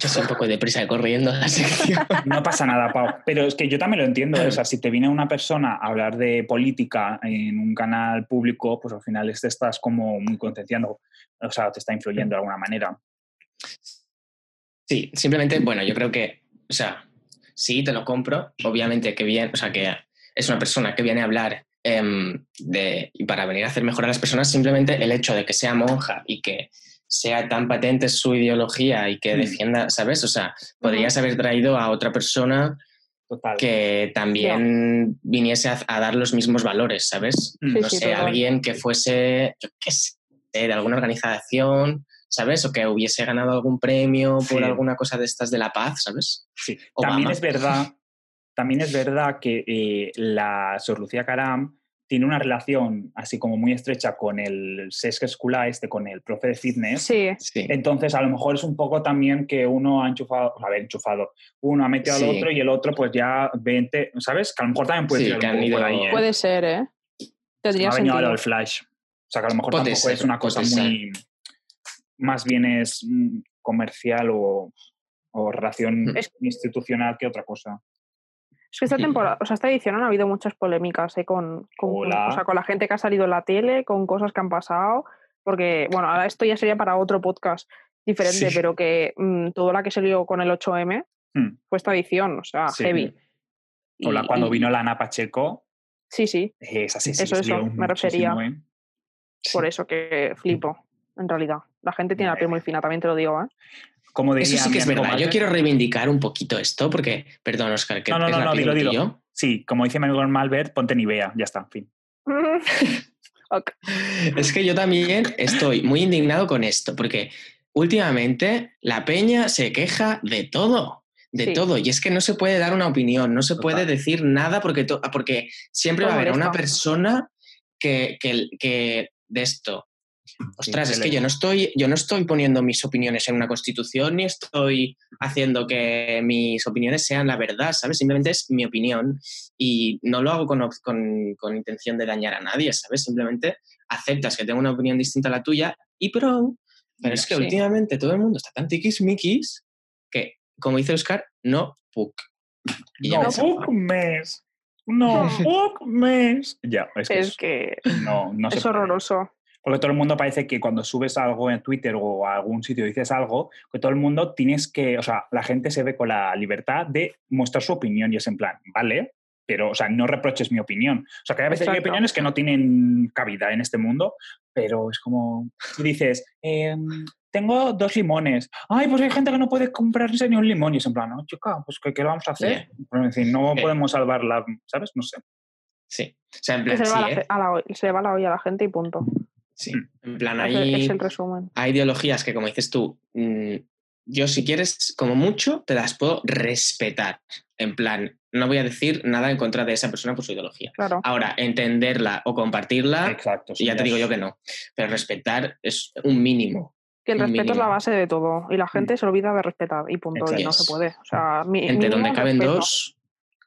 Speaker 3: yo soy un poco deprisa corriendo la sección.
Speaker 5: No pasa nada, Pau. Pero es que yo también lo entiendo. ¿eh? O sea, si te viene una persona a hablar de política en un canal público, pues al final te estás como muy concienciando. O sea, te está influyendo de alguna manera.
Speaker 3: Sí, simplemente, bueno, yo creo que, o sea, sí, te lo compro. Obviamente que bien, o sea, que es una persona que viene a hablar em, de, y para venir a hacer mejor a las personas, simplemente el hecho de que sea monja y que sea tan patente su ideología y que
Speaker 5: Mm.
Speaker 3: defienda, ¿sabes? O sea, podrías haber traído a otra persona
Speaker 5: Total.
Speaker 3: que también viniese a, a dar los mismos valores, ¿sabes?
Speaker 5: Mm.
Speaker 6: Sí,
Speaker 3: No
Speaker 6: sí,
Speaker 3: sé,
Speaker 6: total.
Speaker 3: alguien que fuese, yo qué sé, de alguna organización, ¿sabes? O que hubiese ganado algún premio por
Speaker 5: Sí.
Speaker 3: alguna cosa de estas de la paz, ¿sabes?
Speaker 5: Sí.
Speaker 3: Obama.
Speaker 5: También es verdad, también es verdad que eh, la Sor Lucía Caram tiene una relación así como muy estrecha con el Sesc Escula, este, con el profe de fitness.
Speaker 6: Sí,
Speaker 3: Sí.
Speaker 5: Entonces, a lo mejor es un poco también que uno ha enchufado, a ver, enchufado, uno ha metido al
Speaker 3: Sí.
Speaker 5: otro y el otro pues ya 20, ¿sabes? Que a lo mejor también puede
Speaker 3: Sí,
Speaker 5: ser
Speaker 3: que
Speaker 5: un
Speaker 3: han
Speaker 5: poco
Speaker 3: ido-
Speaker 5: por ahí, ¿eh?
Speaker 6: puede ser, ¿eh? Tendría
Speaker 5: ha venido
Speaker 6: sentido.
Speaker 5: ahora el flash. O sea, que a lo mejor
Speaker 3: Puede
Speaker 5: tampoco
Speaker 3: ser,
Speaker 5: es una cosa
Speaker 3: puede ser.
Speaker 5: muy... Más bien es mm, comercial o, o relación
Speaker 3: Es-
Speaker 5: institucional que otra cosa.
Speaker 6: Es que esta
Speaker 3: Ujú.
Speaker 6: temporada, o sea, esta edición han habido muchas polémicas ¿eh? con, con, con-
Speaker 5: Hola.
Speaker 6: o sea, con la gente que ha salido en la tele, con cosas que han pasado, porque, bueno, ahora esto ya sería para otro podcast diferente,
Speaker 5: Sí.
Speaker 6: pero que mm, todo la que salió con el 8M
Speaker 5: Hmm.
Speaker 6: fue esta edición, o sea,
Speaker 5: Sí.
Speaker 6: Ah, heavy.
Speaker 5: O la-
Speaker 6: Y-
Speaker 5: cuando
Speaker 6: y-
Speaker 5: vino la Ana Pacheco,
Speaker 6: Sí, sí,
Speaker 5: esa sí, sí
Speaker 6: Eso,
Speaker 5: que
Speaker 6: eso,
Speaker 5: salió
Speaker 6: me refería.
Speaker 5: muchísimo, ¿eh?
Speaker 6: por eso que flipo, en realidad. La gente tiene la piel muy fina, también te lo digo, ¿eh?
Speaker 5: Como diría
Speaker 3: Eso sí que es
Speaker 5: mi amigo
Speaker 3: verdad. Yo
Speaker 5: Marvel-
Speaker 3: quiero reivindicar un poquito esto porque, perdón, Oscar, que
Speaker 5: No, no,
Speaker 3: es
Speaker 5: no, no,
Speaker 3: rápido
Speaker 5: dilo,
Speaker 3: que
Speaker 5: dilo.
Speaker 3: yo.
Speaker 5: Sí, como dice Miguel Malbert, ponte Nivea, ya está, en fin.
Speaker 6: Ok.
Speaker 3: Es que yo también estoy muy indignado con esto, porque últimamente la peña se queja de todo, de
Speaker 6: Sí.
Speaker 3: todo, y es que no se puede dar una opinión, no se
Speaker 5: Total.
Speaker 3: puede decir nada porque, to- porque siempre
Speaker 6: Todo
Speaker 3: va a haber una
Speaker 6: molesta.
Speaker 3: persona que, que- que de esto. Ostras,
Speaker 5: Sí,
Speaker 3: es
Speaker 5: se
Speaker 3: que
Speaker 5: le-
Speaker 3: yo no estoy, yo no estoy poniendo mis opiniones en una constitución ni estoy haciendo que mis opiniones sean la verdad, ¿sabes? Simplemente es mi opinión y no lo hago con, op- con- con intención de dañar a nadie, ¿sabes? Simplemente aceptas que tengo una opinión distinta a la tuya y pro. Pero es que
Speaker 6: Sí.
Speaker 3: últimamente todo el mundo está tan tiquismiquis que, como dice Oscar, no puc. Y ya
Speaker 5: no,
Speaker 3: me saco.
Speaker 5: fuck mes. No, fuck mes. Ya, es que,
Speaker 6: Es que
Speaker 5: es- no, no se
Speaker 6: es
Speaker 5: puede.
Speaker 6: horroroso.
Speaker 5: Porque todo el mundo parece que cuando subes algo en Twitter o a algún sitio y dices algo, que todo el mundo tienes que, o sea, la gente se ve con la libertad de mostrar su opinión y es en plan, vale, pero, o sea, no reproches mi opinión. O sea, cada vez hay
Speaker 6: Exacto.
Speaker 5: opiniones que no tienen cabida en este mundo, pero es como, tú dices, em, tengo dos limones, ay, pues hay gente que no puede comprarse ni un limón y es en plan, no, chica, pues ¿qué, qué le vamos a hacer? Es decir, no
Speaker 3: Sí.
Speaker 5: podemos salvarla, ¿sabes? No sé.
Speaker 3: Sí. O sea, en
Speaker 6: Que
Speaker 3: plan,
Speaker 6: se, le
Speaker 3: sí,
Speaker 6: va la,
Speaker 3: ¿eh?
Speaker 6: fe- a la o- se le va la olla a la gente y punto.
Speaker 3: Sí. En plan,
Speaker 6: Ese
Speaker 3: ahí
Speaker 6: es el resumen.
Speaker 3: hay ideologías que, como dices tú, mm, yo si quieres, como mucho, te las puedo respetar. En plan, no voy a decir nada en contra de esa persona por su ideología.
Speaker 6: Claro.
Speaker 3: Ahora, entenderla o compartirla,
Speaker 5: Exacto. sí,
Speaker 3: Ah, ya te digo
Speaker 5: es-
Speaker 3: yo que no. Pero respetar es un mínimo.
Speaker 6: Que el
Speaker 3: Un
Speaker 6: respeto es la
Speaker 3: mínimo. Mm.
Speaker 6: base de todo y la gente se olvida de respetar y punto, y
Speaker 3: Exacto.
Speaker 6: no
Speaker 3: Mm.
Speaker 6: se puede. O sea, mi-
Speaker 3: Entre
Speaker 6: mínimo
Speaker 3: donde caben
Speaker 6: respeto.
Speaker 3: dos,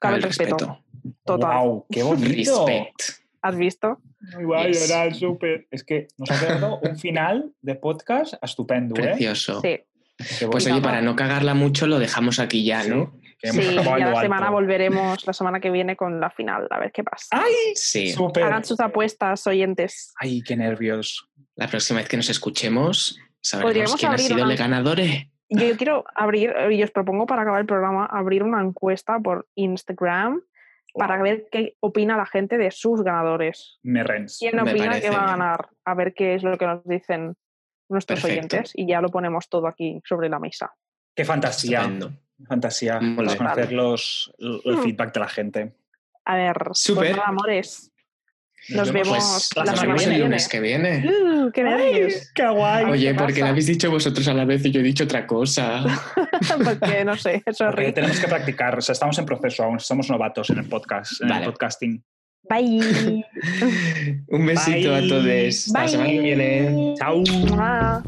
Speaker 6: Cabe
Speaker 3: cabe el
Speaker 6: respeto.
Speaker 3: respeto.
Speaker 6: Total.
Speaker 5: Guau, ¡Qué bonito!
Speaker 3: Respect.
Speaker 6: ¿Has visto?
Speaker 5: Ay, va a
Speaker 3: Yes.
Speaker 5: llorar, súper. Es que nos ha quedado un final de podcast estupendo, ¿eh?
Speaker 3: Precioso.
Speaker 6: Sí.
Speaker 5: Qué
Speaker 3: Pues
Speaker 5: bonito.
Speaker 3: oye, para no cagarla mucho, lo dejamos aquí ya,
Speaker 5: Sí,
Speaker 3: ¿no?
Speaker 5: que hemos
Speaker 6: Sí,
Speaker 5: acabado
Speaker 6: ya
Speaker 5: en lo
Speaker 6: la semana
Speaker 5: alto.
Speaker 6: volveremos la semana que viene con la final, a ver qué
Speaker 3: Ah,
Speaker 6: pasa.
Speaker 5: ¡Ay!
Speaker 3: Sí.
Speaker 5: ¡Súper!
Speaker 6: Hagan sus apuestas, oyentes.
Speaker 5: ¡Ay, qué nervios!
Speaker 3: La próxima vez que nos escuchemos, sabremos
Speaker 6: Podríamos
Speaker 3: quién ha
Speaker 6: abrir
Speaker 3: sido
Speaker 6: una-
Speaker 3: el ganador. ¿eh?
Speaker 6: Yo quiero abrir, eh, y os propongo para acabar el programa, abrir una encuesta por Instagram para ver qué opina la gente de sus ganadores.
Speaker 5: Merrens.
Speaker 6: ¿Quién
Speaker 3: Me
Speaker 6: opina que
Speaker 3: parece
Speaker 6: va a
Speaker 3: bien.
Speaker 6: ganar? A ver qué es lo que nos dicen nuestros
Speaker 3: Perfecto.
Speaker 6: oyentes y ya lo ponemos todo aquí sobre la mesa.
Speaker 5: ¡Qué fantasía!
Speaker 3: Estupendo.
Speaker 5: Fantasía.
Speaker 3: Muy bien. Mm.
Speaker 5: Conocer los, el feedback de la gente.
Speaker 6: A ver, pues
Speaker 3: Súper.
Speaker 6: nada, amores. Nos vemos
Speaker 3: Pues
Speaker 5: la
Speaker 3: nos
Speaker 5: semana
Speaker 3: vemos
Speaker 5: que
Speaker 3: el
Speaker 5: viene.
Speaker 3: lunes que viene.
Speaker 6: Uh, ¡Qué
Speaker 5: ¡Ay,
Speaker 6: nervios!
Speaker 5: qué guay!
Speaker 3: Oye,
Speaker 6: ¿qué
Speaker 3: porque lo
Speaker 6: pasa?
Speaker 3: habéis dicho vosotros a la vez y yo he dicho otra cosa.
Speaker 6: Porque no sé,
Speaker 5: Porque
Speaker 6: sorry.
Speaker 5: tenemos que practicar. O sea, estamos en proceso aún. Somos novatos en el podcast, en
Speaker 3: Vale.
Speaker 5: el podcasting.
Speaker 6: Bye.
Speaker 3: Un besito a
Speaker 5: Bye.
Speaker 3: todos. Hasta la semana que viene.
Speaker 5: ¡Chao!
Speaker 6: Mua.